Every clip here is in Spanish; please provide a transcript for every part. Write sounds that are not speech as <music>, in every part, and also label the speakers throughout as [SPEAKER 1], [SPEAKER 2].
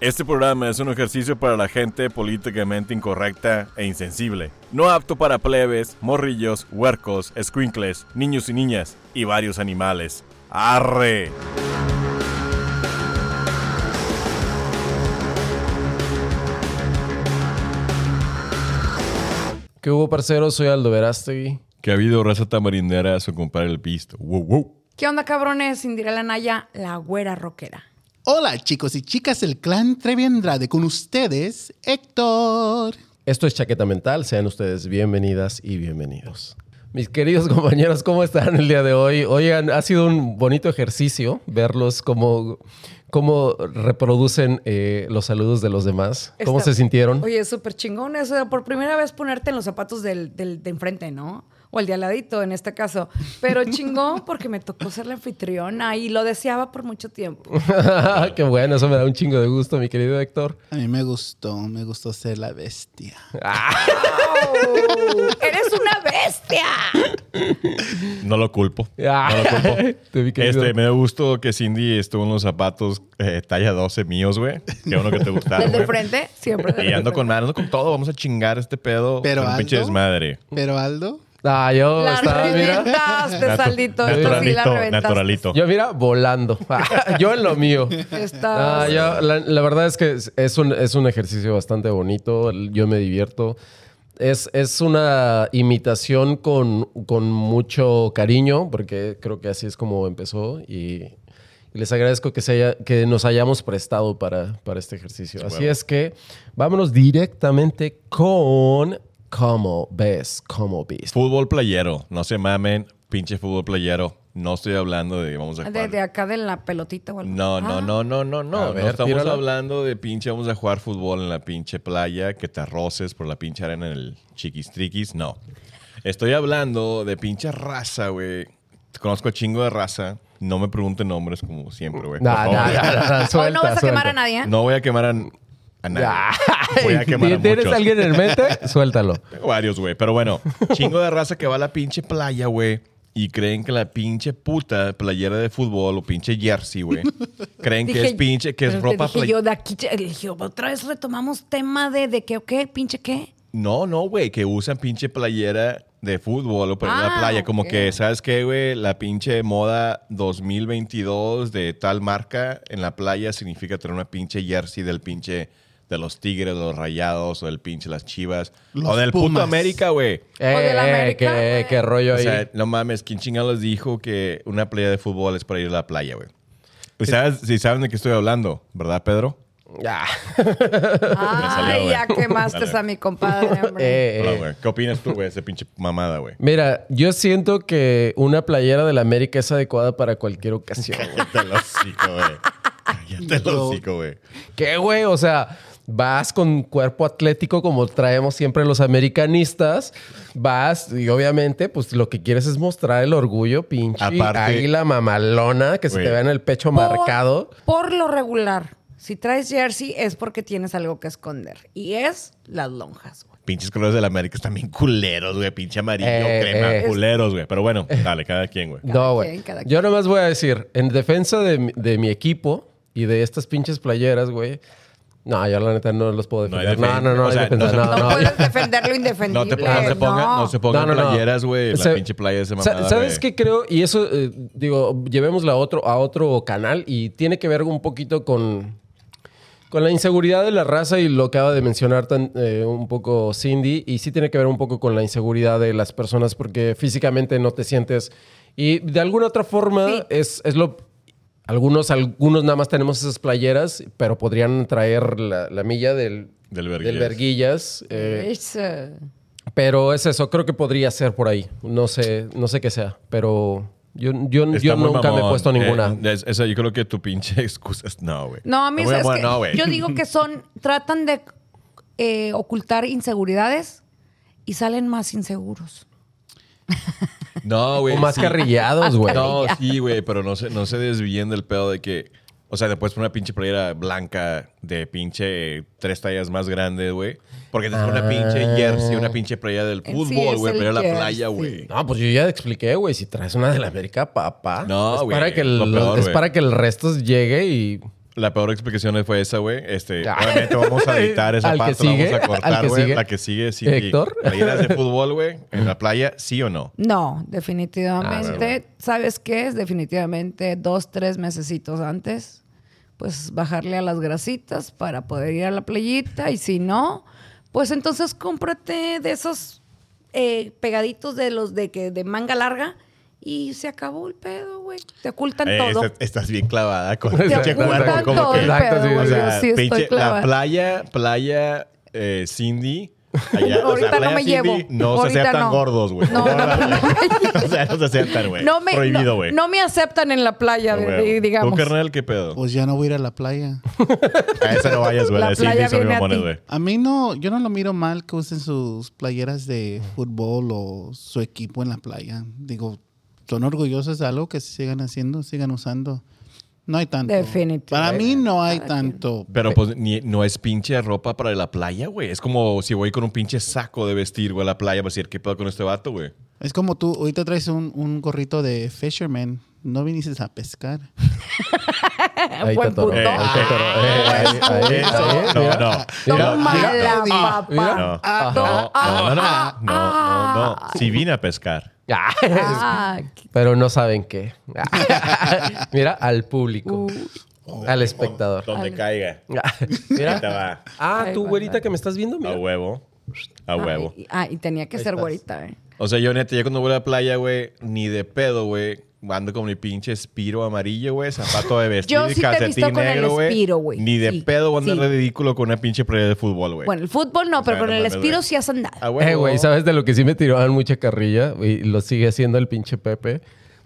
[SPEAKER 1] Este programa es un ejercicio para la gente políticamente incorrecta e insensible. No apto para plebes, morrillos, huercos, squinkles, niños y niñas y varios animales. ¡Arre!
[SPEAKER 2] ¿Qué hubo, parceros? Soy Aldo Verástegui.
[SPEAKER 1] Que ha habido raza tamarindera su compadre el pisto. ¡Wow, wow!
[SPEAKER 3] ¿Qué onda, cabrones? Indira la Naya, la güera rockera.
[SPEAKER 4] Hola chicos y chicas del clan Trevi Andrade, con ustedes Héctor.
[SPEAKER 2] Esto es Chaqueta Mental. Sean ustedes bienvenidas y bienvenidos. Mis queridos <laughs> compañeros, ¿cómo están el día de hoy? Oigan, ha sido un bonito ejercicio verlos cómo, cómo reproducen eh, los saludos de los demás. ¿Cómo
[SPEAKER 3] Está-
[SPEAKER 2] se sintieron?
[SPEAKER 3] Oye, es súper chingón eso. Por primera vez ponerte en los zapatos del, del- de enfrente, ¿no? O el de al ladito, en este caso.
[SPEAKER 1] <laughs>
[SPEAKER 3] Pero chingón porque me tocó ser la anfitriona y lo deseaba por mucho tiempo.
[SPEAKER 2] <laughs> Qué bueno, eso me da un chingo de gusto, mi querido Héctor.
[SPEAKER 4] A mí me gustó, me gustó ser la bestia.
[SPEAKER 1] Uh.
[SPEAKER 3] ¡Au! ¡Eres una bestia!
[SPEAKER 1] No lo culpo.
[SPEAKER 2] Ah,
[SPEAKER 1] No lo
[SPEAKER 2] <laughs>
[SPEAKER 1] culpo.
[SPEAKER 2] te vi, querido.
[SPEAKER 1] Este, me da gusto que Cindy estuvo en los zapatos eh, talla 12 míos, güey. Qué bueno que te gustaron.
[SPEAKER 3] <laughs> Desde el
[SPEAKER 1] güey.
[SPEAKER 3] frente, siempre. desde
[SPEAKER 1] Y
[SPEAKER 3] el
[SPEAKER 1] ando
[SPEAKER 3] frente.
[SPEAKER 1] con madre, ando con todo. Vamos a chingar este pedo.
[SPEAKER 4] Pero
[SPEAKER 1] con un pinche
[SPEAKER 4] Aldo-
[SPEAKER 1] desmadre.
[SPEAKER 4] Pero Aldo,
[SPEAKER 2] Ah, yo
[SPEAKER 3] La
[SPEAKER 2] estaba, mira.
[SPEAKER 3] reventaste,
[SPEAKER 1] Natu-
[SPEAKER 3] Este Saldito. Esto sí la
[SPEAKER 1] naturalito,
[SPEAKER 3] reventaste.
[SPEAKER 1] naturalito.
[SPEAKER 2] Yo, mira, volando. <laughs> Ah, yo en lo mío.
[SPEAKER 3] Estás-
[SPEAKER 2] Ah, yo- la, la verdad es que es- es un, es un ejercicio bastante bonito. Yo me divierto. Es, es una imitación con, con mucho cariño, porque creo que así es como empezó. Y, y les agradezco que, se haya- que nos hayamos prestado para, para este ejercicio. Así
[SPEAKER 1] huevo.
[SPEAKER 2] es que vámonos directamente con cómo ves, cómo ves.
[SPEAKER 1] Fútbol playero. No se mamen. Pinche fútbol playero. No estoy hablando de vamos a
[SPEAKER 3] De,
[SPEAKER 1] jugar.
[SPEAKER 3] de acá de la pelotita o algo.
[SPEAKER 1] No, no,
[SPEAKER 3] Ah.
[SPEAKER 1] no, no, no,
[SPEAKER 2] A
[SPEAKER 1] no.
[SPEAKER 2] ver,
[SPEAKER 1] no estamos
[SPEAKER 2] tírala.
[SPEAKER 1] hablando de pinche vamos a jugar fútbol en la pinche playa, que te arroces por la pinche arena en el chiquis triquis. No. Estoy hablando de pinche raza, güey. Conozco a chingo de raza. No me pregunten nombres como siempre, güey. Por
[SPEAKER 2] Nah,
[SPEAKER 1] favor.
[SPEAKER 2] nah, nah, nah, suelta,
[SPEAKER 3] Hoy no vas a quemar
[SPEAKER 2] suelta.
[SPEAKER 3] a nadie. ¿eh?
[SPEAKER 1] No voy a quemar a, a
[SPEAKER 2] <laughs>
[SPEAKER 1] nadie. Voy a quemar a
[SPEAKER 2] Ay, ¿Tienes
[SPEAKER 1] muchos.
[SPEAKER 2] alguien en
[SPEAKER 1] <laughs>
[SPEAKER 2] mente? Suéltalo.
[SPEAKER 1] Tengo varios, güey. Pero
[SPEAKER 3] <laughs>
[SPEAKER 1] bueno, chingo de raza que va a la pinche playa, güey. Y creen que la pinche puta playera de fútbol o pinche jersey,
[SPEAKER 3] <laughs>
[SPEAKER 1] güey. Creen que
[SPEAKER 3] Dije-
[SPEAKER 1] es pinche, que es
[SPEAKER 3] pero te
[SPEAKER 1] ropa
[SPEAKER 3] dije
[SPEAKER 1] play-
[SPEAKER 3] yo de aquí, eh, dije, otra vez retomamos tema de, de que, ¿qué? ¿Pinche
[SPEAKER 1] <laughs>
[SPEAKER 3] qué?
[SPEAKER 1] No, no, güey, que usan pinche playera de fútbol o para ir a la
[SPEAKER 3] Ah,
[SPEAKER 1] playa. Como
[SPEAKER 3] ok.
[SPEAKER 1] que, ¿sabes qué, güey? La pinche moda 2022 de tal marca en la playa significa tener una pinche jersey del pinche de los tigres, de los rayados, o del pinche las chivas.
[SPEAKER 4] Los
[SPEAKER 1] o del puto
[SPEAKER 4] Pumas.
[SPEAKER 1] América, güey.
[SPEAKER 3] de la
[SPEAKER 2] Eh, eh,
[SPEAKER 3] América,
[SPEAKER 2] qué,
[SPEAKER 3] güey.
[SPEAKER 2] qué rollo
[SPEAKER 1] O
[SPEAKER 2] ahí.
[SPEAKER 1] sea, no mames, ¿quién chingados dijo que una playa de fútbol es para ir a la playa, güey? Y sabes, si saben de qué estoy hablando, ¿verdad, Pedro?
[SPEAKER 2] Ah.
[SPEAKER 1] salió,
[SPEAKER 3] Ay,
[SPEAKER 1] güey.
[SPEAKER 3] ya quemaste
[SPEAKER 1] Dale.
[SPEAKER 3] a mi compadre,
[SPEAKER 1] <laughs>
[SPEAKER 3] hombre.
[SPEAKER 2] Eh,
[SPEAKER 1] Hola,
[SPEAKER 2] eh.
[SPEAKER 1] güey. ¿Qué opinas tú, güey, de esa pinche mamada, güey?
[SPEAKER 2] Mira, yo siento que una playera de la América es adecuada para cualquier ocasión.
[SPEAKER 1] Cállate el hocico, güey. Cállate el
[SPEAKER 4] No.
[SPEAKER 1] hocico, güey.
[SPEAKER 2] ¿Qué, güey? O sea, vas con cuerpo atlético como traemos siempre los americanistas. Vas y obviamente, pues lo que quieres es mostrar el orgullo, pinche
[SPEAKER 1] Aparte-
[SPEAKER 2] águila mamalona que se
[SPEAKER 1] Güey.
[SPEAKER 2] te vea en el pecho
[SPEAKER 3] Por-
[SPEAKER 2] marcado.
[SPEAKER 3] Por lo regular, si traes jersey es porque tienes algo que esconder. Y es las lonjas, güey.
[SPEAKER 1] Pinches colores de la América están bien culeros, güey. Pinche amarillo,
[SPEAKER 2] Eh,
[SPEAKER 1] crema,
[SPEAKER 2] eh.
[SPEAKER 1] culeros, güey. Pero bueno, dale, cada quien, güey.
[SPEAKER 3] Cada
[SPEAKER 2] No, güey.
[SPEAKER 3] quien, cada
[SPEAKER 2] Yo nomás voy a decir, en defensa de, mi- de mi equipo y de estas pinches playeras, güey. No, yo la neta no los puedo
[SPEAKER 1] No hay
[SPEAKER 2] defender. No,
[SPEAKER 1] defen-
[SPEAKER 2] no, no,
[SPEAKER 1] o
[SPEAKER 2] hay
[SPEAKER 1] sea,
[SPEAKER 2] defensa,
[SPEAKER 1] no se-
[SPEAKER 2] no,
[SPEAKER 3] No,
[SPEAKER 2] no,
[SPEAKER 3] puedes defender lo
[SPEAKER 1] <laughs>
[SPEAKER 3] indefendible.
[SPEAKER 1] No, te, no se pongan, no. se pongan
[SPEAKER 2] No, no, no.
[SPEAKER 1] playeras, güey. La
[SPEAKER 2] Se-
[SPEAKER 1] pinche playa de esa
[SPEAKER 2] Sa-
[SPEAKER 1] mamada,
[SPEAKER 2] ¿Sabes
[SPEAKER 1] güey.
[SPEAKER 2] qué creo? Y eso, eh, digo, llevémosla a otro, a otro canal y tiene que ver un poquito con, con la inseguridad de la raza y lo acaba de mencionar tan, eh, un poco Cindy. Y sí tiene que ver un poco con la inseguridad de las personas porque físicamente no te sientes. Y de alguna otra forma
[SPEAKER 3] Sí.
[SPEAKER 2] es, es lo... Algunos, algunos nada más tenemos esas playeras, pero podrían traer la, la milla del...
[SPEAKER 1] Del verguillas.
[SPEAKER 2] verguillas. eh,
[SPEAKER 3] It's, eh,
[SPEAKER 2] pero es eso, creo que podría ser por ahí. No sé, no sé qué sea, pero yo, yo,
[SPEAKER 1] Está
[SPEAKER 2] yo
[SPEAKER 1] muy
[SPEAKER 2] nunca me he
[SPEAKER 1] mamón.
[SPEAKER 2] puesto
[SPEAKER 1] Eh,
[SPEAKER 2] ninguna.
[SPEAKER 1] es- esa, yo creo que tu pinche <laughs> excusa es no, güey.
[SPEAKER 3] No, a mí
[SPEAKER 1] Está muy
[SPEAKER 3] es
[SPEAKER 1] mamón,
[SPEAKER 3] que
[SPEAKER 1] no, güey.
[SPEAKER 3] yo digo que son, tratan de eh, ocultar inseguridades y salen más inseguros.
[SPEAKER 1] No, güey.
[SPEAKER 2] o más
[SPEAKER 1] sí.
[SPEAKER 2] carrillados, güey.
[SPEAKER 1] No, sí, güey, pero no se, no se desvíen del pedo de que. O sea, después poner una pinche playera blanca de pinche tres tallas más grande, güey. Porque te pones una
[SPEAKER 2] Ah.
[SPEAKER 1] pinche jersey, una pinche playera del
[SPEAKER 3] Sí,
[SPEAKER 1] fútbol,
[SPEAKER 3] es
[SPEAKER 1] güey,
[SPEAKER 3] el
[SPEAKER 1] pero la
[SPEAKER 3] jersey.
[SPEAKER 1] playa, güey.
[SPEAKER 2] No, pues yo ya expliqué, güey. Si traes una de la América, papá.
[SPEAKER 1] No,
[SPEAKER 2] es
[SPEAKER 1] güey,
[SPEAKER 2] para que el,
[SPEAKER 1] lo peor,
[SPEAKER 2] Es
[SPEAKER 1] güey.
[SPEAKER 2] para que el resto llegue y.
[SPEAKER 1] La peor explicación fue esa, güey. Este,
[SPEAKER 2] Ya.
[SPEAKER 1] obviamente vamos a editar esa
[SPEAKER 2] Al que
[SPEAKER 1] parte, la
[SPEAKER 2] sigue,
[SPEAKER 1] vamos a
[SPEAKER 2] al
[SPEAKER 1] cortar,
[SPEAKER 2] que
[SPEAKER 1] güey.
[SPEAKER 2] sigue.
[SPEAKER 1] La que sigue, sí.
[SPEAKER 2] Héctor.
[SPEAKER 1] Playeras de fútbol, güey, en la playa, ¿sí o no?
[SPEAKER 3] No, definitivamente.
[SPEAKER 2] Ah,
[SPEAKER 1] bueno.
[SPEAKER 3] ¿Sabes qué es? Definitivamente dos, tres mesecitos antes, pues bajarle a las grasitas para poder ir a la playita. Y si no, pues entonces cómprate de esos eh, pegaditos de los de que de manga larga y se acabó el pedo, güey. Te ocultan
[SPEAKER 1] Eh,
[SPEAKER 3] todo.
[SPEAKER 1] esta- estás bien clavada con
[SPEAKER 2] Te
[SPEAKER 1] pinche
[SPEAKER 2] ocultan
[SPEAKER 1] cuerpo, como
[SPEAKER 3] todo
[SPEAKER 1] que.
[SPEAKER 3] el pedo,
[SPEAKER 2] sí,
[SPEAKER 1] o
[SPEAKER 3] güey.
[SPEAKER 1] sea,
[SPEAKER 3] Yo sí estoy
[SPEAKER 1] pinche- la
[SPEAKER 3] clavada.
[SPEAKER 1] playa, playa eh, Cindy. Allá, o sea,
[SPEAKER 3] <laughs> Ahorita no
[SPEAKER 1] playa
[SPEAKER 3] me
[SPEAKER 1] Cindy,
[SPEAKER 3] llevo.
[SPEAKER 1] No se
[SPEAKER 3] Ahorita
[SPEAKER 1] aceptan
[SPEAKER 3] no.
[SPEAKER 1] gordos, güey.
[SPEAKER 3] No, no, no, no.
[SPEAKER 1] <laughs> o sea, no se aceptan, güey.
[SPEAKER 3] no, me,
[SPEAKER 1] Prohibido,
[SPEAKER 3] no,
[SPEAKER 1] güey.
[SPEAKER 3] no me aceptan en la playa,
[SPEAKER 1] Ah,
[SPEAKER 3] eh,
[SPEAKER 1] güey.
[SPEAKER 3] digamos.
[SPEAKER 1] ¿Tú, carnal, qué pedo?
[SPEAKER 4] Pues ya no voy a ir a la playa.
[SPEAKER 1] A esa no vayas, güey.
[SPEAKER 3] La
[SPEAKER 1] La de Cindy
[SPEAKER 3] playa
[SPEAKER 1] son
[SPEAKER 3] viene a
[SPEAKER 1] mamones,
[SPEAKER 3] ti.
[SPEAKER 1] güey.
[SPEAKER 4] A mí no, yo no lo miro mal que usen sus playeras de fútbol o su equipo en la playa. Digo, son orgullosos de algo que sigan haciendo, sigan usando. No hay tanto.
[SPEAKER 3] Definitivamente.
[SPEAKER 4] Para mí no hay tanto.
[SPEAKER 1] Pero pues ni- no es pinche ropa para la playa, güey. Es como si voy con un pinche saco de vestir, güey, a la playa para decir, ¿qué pedo con este vato, güey?
[SPEAKER 4] Es como tú, ahorita traes un, un gorrito de fisherman. No viniste a pescar.
[SPEAKER 2] Ahí
[SPEAKER 3] Buen
[SPEAKER 2] está todo.
[SPEAKER 3] punto.
[SPEAKER 1] Eh,
[SPEAKER 2] Ahí está todo. Eh, ahí- ahí-
[SPEAKER 1] Eso,
[SPEAKER 2] ahí,
[SPEAKER 1] no,
[SPEAKER 2] mira.
[SPEAKER 1] no.
[SPEAKER 3] Tómala,
[SPEAKER 4] Mira, mira.
[SPEAKER 3] papá.
[SPEAKER 2] Mira.
[SPEAKER 1] No,
[SPEAKER 3] Ah,
[SPEAKER 1] no, no, no, no,
[SPEAKER 3] ah,
[SPEAKER 1] no, no,
[SPEAKER 3] ah.
[SPEAKER 1] Si vine a pescar.
[SPEAKER 2] Ah,
[SPEAKER 3] Ah,
[SPEAKER 2] <laughs> Pero no saben qué. <laughs> Mira, al público, al espectador.
[SPEAKER 1] Donde caiga. Oh, Ahí te
[SPEAKER 2] <laughs> Mira.
[SPEAKER 1] va.
[SPEAKER 2] Ah,
[SPEAKER 3] Ay,
[SPEAKER 2] tu güerita
[SPEAKER 3] guarda.
[SPEAKER 2] que me estás viendo,
[SPEAKER 1] A
[SPEAKER 2] mira.
[SPEAKER 1] huevo. A huevo.
[SPEAKER 3] Ay, Ah, y tenía que
[SPEAKER 2] Ahí
[SPEAKER 3] ser
[SPEAKER 2] estás.
[SPEAKER 3] güerita, ¿eh?
[SPEAKER 1] O sea, yo neta, ya cuando voy a la playa, güey, ni de pedo, güey. Ando con mi pinche espiro amarillo, güey, zapato de vestir,
[SPEAKER 3] Yo sí te he
[SPEAKER 1] calcetín
[SPEAKER 3] visto con el
[SPEAKER 1] negro,
[SPEAKER 3] Spiro, güey.
[SPEAKER 1] Ni de
[SPEAKER 3] Sí,
[SPEAKER 1] pedo voy a andar
[SPEAKER 3] sí.
[SPEAKER 1] de ridículo con una pinche playa de fútbol, güey.
[SPEAKER 3] Bueno, el fútbol no,
[SPEAKER 1] O
[SPEAKER 3] pero
[SPEAKER 1] sea,
[SPEAKER 3] con
[SPEAKER 1] no
[SPEAKER 3] el
[SPEAKER 1] mames,
[SPEAKER 3] espiro
[SPEAKER 1] güey.
[SPEAKER 3] sí has andado.
[SPEAKER 1] A huevo.
[SPEAKER 2] Eh, güey, ¿sabes de lo que sí me tiraban mucha carrilla? Y lo sigue haciendo el pinche Pepe.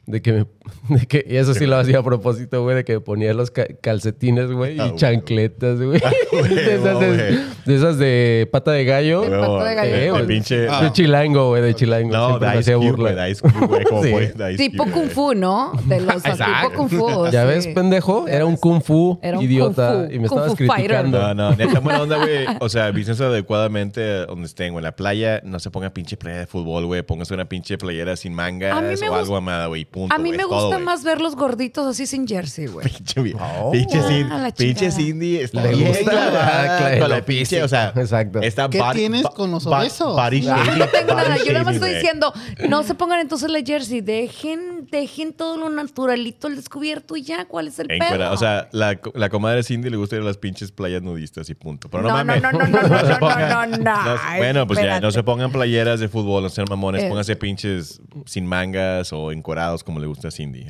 [SPEAKER 2] De que, me- <laughs> de que y eso sí lo hacía a propósito, güey, de que me ponía los ca- calcetines, güey, y
[SPEAKER 1] Ah, güey. Ah,
[SPEAKER 2] chancletas, güey.
[SPEAKER 1] güey,
[SPEAKER 2] <laughs> de, esas de,
[SPEAKER 1] güey.
[SPEAKER 2] de esas de pata de gallo.
[SPEAKER 1] A huevo,
[SPEAKER 3] Pato de
[SPEAKER 1] de-
[SPEAKER 3] gallego.
[SPEAKER 1] de
[SPEAKER 2] güey.
[SPEAKER 1] pinche.
[SPEAKER 4] Ah.
[SPEAKER 2] De chilango, güey, de chilango.
[SPEAKER 1] No,
[SPEAKER 2] Siempre me
[SPEAKER 1] de Ice
[SPEAKER 2] hacía
[SPEAKER 1] Cube,
[SPEAKER 2] burla.
[SPEAKER 1] güey, de Ice Cube, güey, como
[SPEAKER 2] <laughs> Sí.
[SPEAKER 1] fue de Ice
[SPEAKER 3] Tipo
[SPEAKER 1] Cube,
[SPEAKER 3] Kung
[SPEAKER 1] güey.
[SPEAKER 3] Fu, ¿no? De los
[SPEAKER 2] Exacto.
[SPEAKER 3] tipo Kung Fu.
[SPEAKER 2] ¿Ya
[SPEAKER 3] sí.
[SPEAKER 2] ves, pendejo? Era un kung fu
[SPEAKER 3] Era un
[SPEAKER 2] idiota
[SPEAKER 3] kung fu,
[SPEAKER 2] y me
[SPEAKER 3] kung
[SPEAKER 2] estabas
[SPEAKER 3] fu fighter.
[SPEAKER 2] criticando.
[SPEAKER 1] No, no, neta, buena onda, güey. O sea, vístense adecuadamente eh, donde estén, güey. En la playa, no se ponga pinche playa de fútbol, güey. Póngase una pinche playera sin mangas
[SPEAKER 3] A mí me
[SPEAKER 1] o algo
[SPEAKER 3] gust-
[SPEAKER 1] amada, güey. Punto,
[SPEAKER 3] A mí
[SPEAKER 1] güey.
[SPEAKER 3] me
[SPEAKER 1] Es todo,
[SPEAKER 3] gusta
[SPEAKER 1] güey.
[SPEAKER 3] más ver los gorditos así sin jersey, güey.
[SPEAKER 1] <laughs> Pinche, vi-
[SPEAKER 2] Oh.
[SPEAKER 1] pinche,
[SPEAKER 3] Ah,
[SPEAKER 1] Cin-
[SPEAKER 3] la
[SPEAKER 1] pinche
[SPEAKER 3] chingada.
[SPEAKER 1] Cindy está
[SPEAKER 2] Le
[SPEAKER 1] bien
[SPEAKER 2] gusta
[SPEAKER 1] clavada
[SPEAKER 2] la- la-
[SPEAKER 1] con
[SPEAKER 2] lo
[SPEAKER 1] la pinche,
[SPEAKER 2] físico.
[SPEAKER 1] o sea,
[SPEAKER 2] Exacto.
[SPEAKER 1] está
[SPEAKER 4] ¿Qué
[SPEAKER 1] body-
[SPEAKER 4] tienes
[SPEAKER 1] ba-
[SPEAKER 4] con los
[SPEAKER 1] ba-
[SPEAKER 4] ostensos?
[SPEAKER 1] body
[SPEAKER 3] Ah,
[SPEAKER 1] shaming,
[SPEAKER 3] no tengo
[SPEAKER 1] body
[SPEAKER 3] nada. Yo nada
[SPEAKER 1] shaming,
[SPEAKER 3] más estoy
[SPEAKER 1] güey.
[SPEAKER 3] diciendo, no se pongan entonces la jersey. Dejen, dejen todo lo naturalito al descubierto y ya. ¿Cuál es el
[SPEAKER 1] En cuera,
[SPEAKER 3] pedo?
[SPEAKER 1] o sea, la, la comadre Cindy le gusta ir a las pinches playas nudistas y punto. Pero no,
[SPEAKER 3] No, no,
[SPEAKER 1] mames.
[SPEAKER 3] no,
[SPEAKER 1] <laughs>
[SPEAKER 3] no, no, no,
[SPEAKER 1] se
[SPEAKER 3] no,
[SPEAKER 1] pongan-
[SPEAKER 3] no, no,
[SPEAKER 1] no se-
[SPEAKER 3] ay,
[SPEAKER 1] Bueno, pues ya, no
[SPEAKER 3] espérate.
[SPEAKER 1] se pongan playeras de fútbol, no sean mamones,
[SPEAKER 3] Eh.
[SPEAKER 1] pónganse pinches sin mangas o encorados como le gusta a
[SPEAKER 3] <laughs>
[SPEAKER 1] Cindy.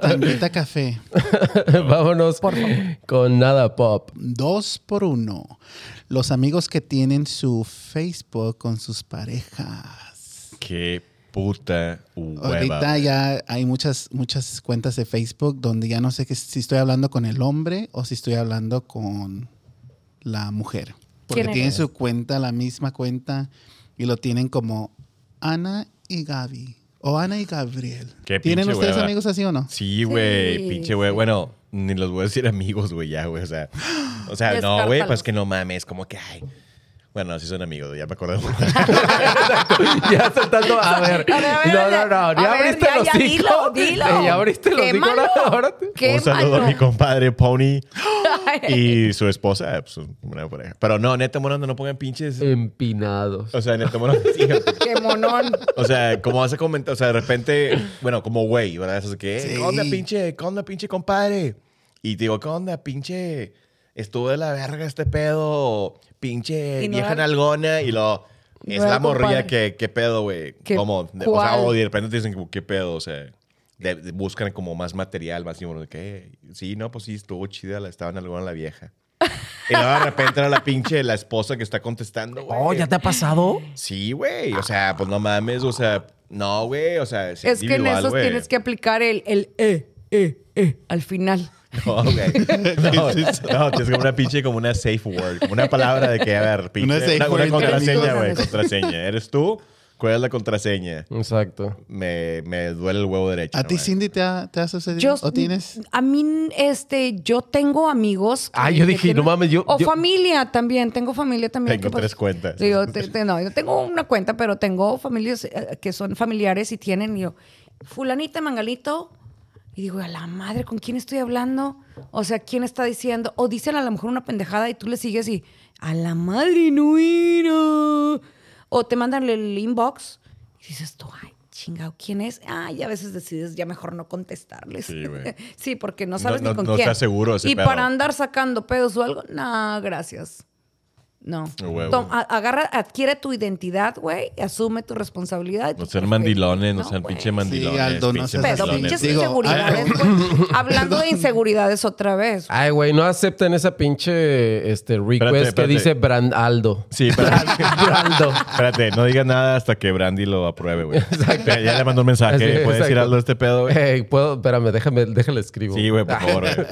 [SPEAKER 4] Tanguita café.
[SPEAKER 2] <laughs> Vámonos con nada pop.
[SPEAKER 4] Dos por uno. Los amigos que tienen su Facebook con sus parejas.
[SPEAKER 1] Qué puta hueva.
[SPEAKER 4] Ahorita ya hay muchas, muchas cuentas de Facebook donde ya no sé que- si estoy hablando con el hombre o si estoy hablando con la mujer. Porque
[SPEAKER 3] ¿Quién eres?
[SPEAKER 4] tienen su cuenta, la misma cuenta, y lo tienen como Ana y Gaby. O Ana y Gabriel.
[SPEAKER 1] Qué
[SPEAKER 4] ¿Tienen
[SPEAKER 1] pinche
[SPEAKER 4] ustedes
[SPEAKER 1] hueva.
[SPEAKER 4] amigos así o no?
[SPEAKER 1] Sí, güey,
[SPEAKER 3] Sí,
[SPEAKER 1] pinche güey.
[SPEAKER 3] sí.
[SPEAKER 1] Bueno, ni los voy a decir amigos, güey, ya, güey. O sea, o sea no,
[SPEAKER 3] Descártalos.
[SPEAKER 1] güey, pues que no mames, como que, ay. Bueno, sí son amigos, ya me acordé.
[SPEAKER 2] <laughs> ya saltando. A ver.
[SPEAKER 3] A ver, a ver, a
[SPEAKER 2] No, no,
[SPEAKER 3] ver.
[SPEAKER 2] no.
[SPEAKER 3] A
[SPEAKER 2] Ya
[SPEAKER 3] ver,
[SPEAKER 2] abriste
[SPEAKER 3] ya,
[SPEAKER 2] los
[SPEAKER 3] ya,
[SPEAKER 2] hocico.
[SPEAKER 3] dilo, dilo.
[SPEAKER 2] Eh, <laughs> Ya abriste los hocico.
[SPEAKER 3] Quémalo.
[SPEAKER 2] Ahora, ahora te-
[SPEAKER 1] <laughs>
[SPEAKER 3] Qué
[SPEAKER 1] Un saludo
[SPEAKER 3] malo.
[SPEAKER 1] a mi
[SPEAKER 3] <laughs>
[SPEAKER 1] compadre Pony y su esposa, eh, pues una pareja. Pero no, neta, morando, no pongan pinches.
[SPEAKER 2] Empinados.
[SPEAKER 1] O sea, neta, morando. <laughs> sí,
[SPEAKER 3] Qué monón.
[SPEAKER 1] O sea, como vas a comentar, o sea, de repente, bueno, como güey, ¿verdad? Eso es que, eh,
[SPEAKER 4] Sí.
[SPEAKER 1] ¿qué onda, pinche? ¿Qué onda, pinche compadre? Y te digo, ¿qué onda, pinche? Estuvo de la verga este pedo, pinche
[SPEAKER 3] Y no
[SPEAKER 1] vieja
[SPEAKER 3] era-
[SPEAKER 1] nalgona, y lo. Es
[SPEAKER 3] No era
[SPEAKER 1] la morrilla
[SPEAKER 3] compadre.
[SPEAKER 1] que, ¿qué pedo, güey?
[SPEAKER 3] ¿Qué-
[SPEAKER 1] Como, de- o sea,
[SPEAKER 3] cuál?
[SPEAKER 1] o de repente te dicen, como, ¿qué pedo? O sea, de- de- buscan como más material, más, y bueno, de que, sí, no, pues sí, estuvo chida, la estaban nalgona la vieja. Y luego de repente era la pinche, la esposa que está contestando, güey.
[SPEAKER 2] ha pasado?
[SPEAKER 1] Sí, güey. O sea, pues no
[SPEAKER 4] Ah.
[SPEAKER 1] mames. O sea, no, güey. O sea, es,
[SPEAKER 3] Es que en
[SPEAKER 1] individual,
[SPEAKER 3] esos
[SPEAKER 1] güey.
[SPEAKER 3] tienes que aplicar el, el eh, eh, eh al final.
[SPEAKER 1] <laughs> No, güey.
[SPEAKER 4] <laughs>
[SPEAKER 1] No, no, tienes como una pinche, como una safe word. Como una palabra de que, a ver, pinche.
[SPEAKER 4] Una safe
[SPEAKER 1] Una,
[SPEAKER 4] word
[SPEAKER 1] una
[SPEAKER 4] entre
[SPEAKER 1] contraseña,
[SPEAKER 3] amigos.
[SPEAKER 1] güey. Contraseña. ¿Eres tú? ¿Cuál es la contraseña?
[SPEAKER 2] Exacto.
[SPEAKER 1] Me, me duele el huevo derecho.
[SPEAKER 4] ¿A
[SPEAKER 1] no
[SPEAKER 4] ti,
[SPEAKER 1] mames.
[SPEAKER 4] Cindy, te ha, te ha sucedido?
[SPEAKER 3] Yo,
[SPEAKER 4] ¿O tienes?
[SPEAKER 3] A mí, este, yo tengo amigos. que-
[SPEAKER 2] Ah, yo
[SPEAKER 3] que
[SPEAKER 2] dije, no mames, yo-
[SPEAKER 3] O
[SPEAKER 2] yo-
[SPEAKER 3] familia también, tengo familia también.
[SPEAKER 1] Tengo
[SPEAKER 3] que, pues,
[SPEAKER 1] tres cuentas.
[SPEAKER 3] Digo,
[SPEAKER 1] <laughs>
[SPEAKER 3] te- te- no, yo tengo una cuenta, pero tengo familias eh, que son familiares y tienen, y yo, fulanita, mangalito. Y Y digo, a la madre, ¿con quién estoy hablando? O sea, ¿quién está diciendo? O dicen a lo mejor una pendejada y tú le sigues y, a la madre, no era. O te mandan el inbox y dices tú, ay, chingado, ¿quién es? Ay, a veces decides ya mejor no contestarles.
[SPEAKER 1] Sí, güey.
[SPEAKER 3] <laughs> Sí, porque no sabes
[SPEAKER 1] No-
[SPEAKER 3] ni
[SPEAKER 1] no-
[SPEAKER 3] con
[SPEAKER 1] no
[SPEAKER 3] quién.
[SPEAKER 1] estás seguro de ese
[SPEAKER 3] Y
[SPEAKER 1] pedo.
[SPEAKER 3] para andar sacando pedos o algo, no, gracias. No.
[SPEAKER 1] A huevo.
[SPEAKER 3] Tom- a- agarra, adquiere tu identidad, güey, y asume tu responsabilidad.
[SPEAKER 1] No sean mandilones, no sean
[SPEAKER 3] güey.
[SPEAKER 1] pinche mandilones.
[SPEAKER 4] Aldo, no
[SPEAKER 1] pinche
[SPEAKER 4] seas
[SPEAKER 3] Pero
[SPEAKER 4] mandilones.
[SPEAKER 3] pinches
[SPEAKER 4] Digo,
[SPEAKER 3] inseguridades,
[SPEAKER 2] ah, <laughs>
[SPEAKER 3] güey. Hablando de inseguridades otra vez.
[SPEAKER 2] Ay, güey, no acepten esa pinche este, request
[SPEAKER 1] Espérate, espérate.
[SPEAKER 2] que dice Brandaldo.
[SPEAKER 1] Sí,
[SPEAKER 4] <laughs>
[SPEAKER 1] espérate,
[SPEAKER 2] Brando.
[SPEAKER 1] espérate, no digas nada hasta que Brandy lo apruebe, güey. Ya ya le mandó un mensaje,
[SPEAKER 2] Sí,
[SPEAKER 1] ¿puedes decir
[SPEAKER 2] exacto.
[SPEAKER 1] algo de este pedo, güey?
[SPEAKER 2] Ey, puedo, espérame, déjame, déjale escribo.
[SPEAKER 1] Sí, güey, por
[SPEAKER 4] ah.
[SPEAKER 1] favor, güey.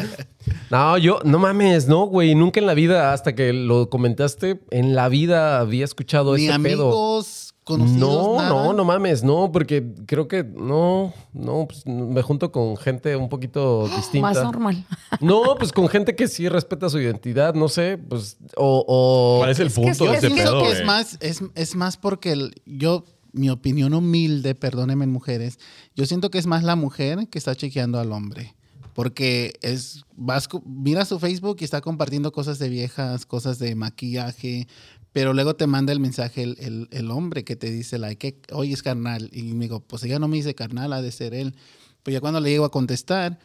[SPEAKER 2] No, yo, no mames, no, güey, nunca en la vida, hasta que lo comentaste, en la vida había escuchado
[SPEAKER 4] Ni
[SPEAKER 2] ese este pedo.
[SPEAKER 4] amigos, conocidos,
[SPEAKER 2] no,
[SPEAKER 4] nada.
[SPEAKER 2] no, no mames, no, porque creo que no, no, pues, me junto con gente un poquito distinta.
[SPEAKER 3] Más normal.
[SPEAKER 2] No, pues con gente que sí respeta su identidad, no sé, pues, o, o
[SPEAKER 1] ¿Cuál es el
[SPEAKER 3] Es que
[SPEAKER 1] punto
[SPEAKER 3] sí,
[SPEAKER 1] de
[SPEAKER 4] Yo
[SPEAKER 3] es
[SPEAKER 1] este
[SPEAKER 3] que-
[SPEAKER 1] pedo,
[SPEAKER 4] pienso que
[SPEAKER 1] güey?
[SPEAKER 4] es más, es, es más porque el- yo, mi opinión humilde, perdónenme mujeres, yo siento que es más la mujer que está chequeando al hombre. Porque es, vas, co- mira su Facebook y está compartiendo cosas de viejas, cosas de maquillaje, pero luego te manda el mensaje el, el- el hombre que te dice, like, "Eh, oye, es carnal. Y me digo, pues ella no me dice carnal, ha de ser él. Pero ya cuando le llego a contestar,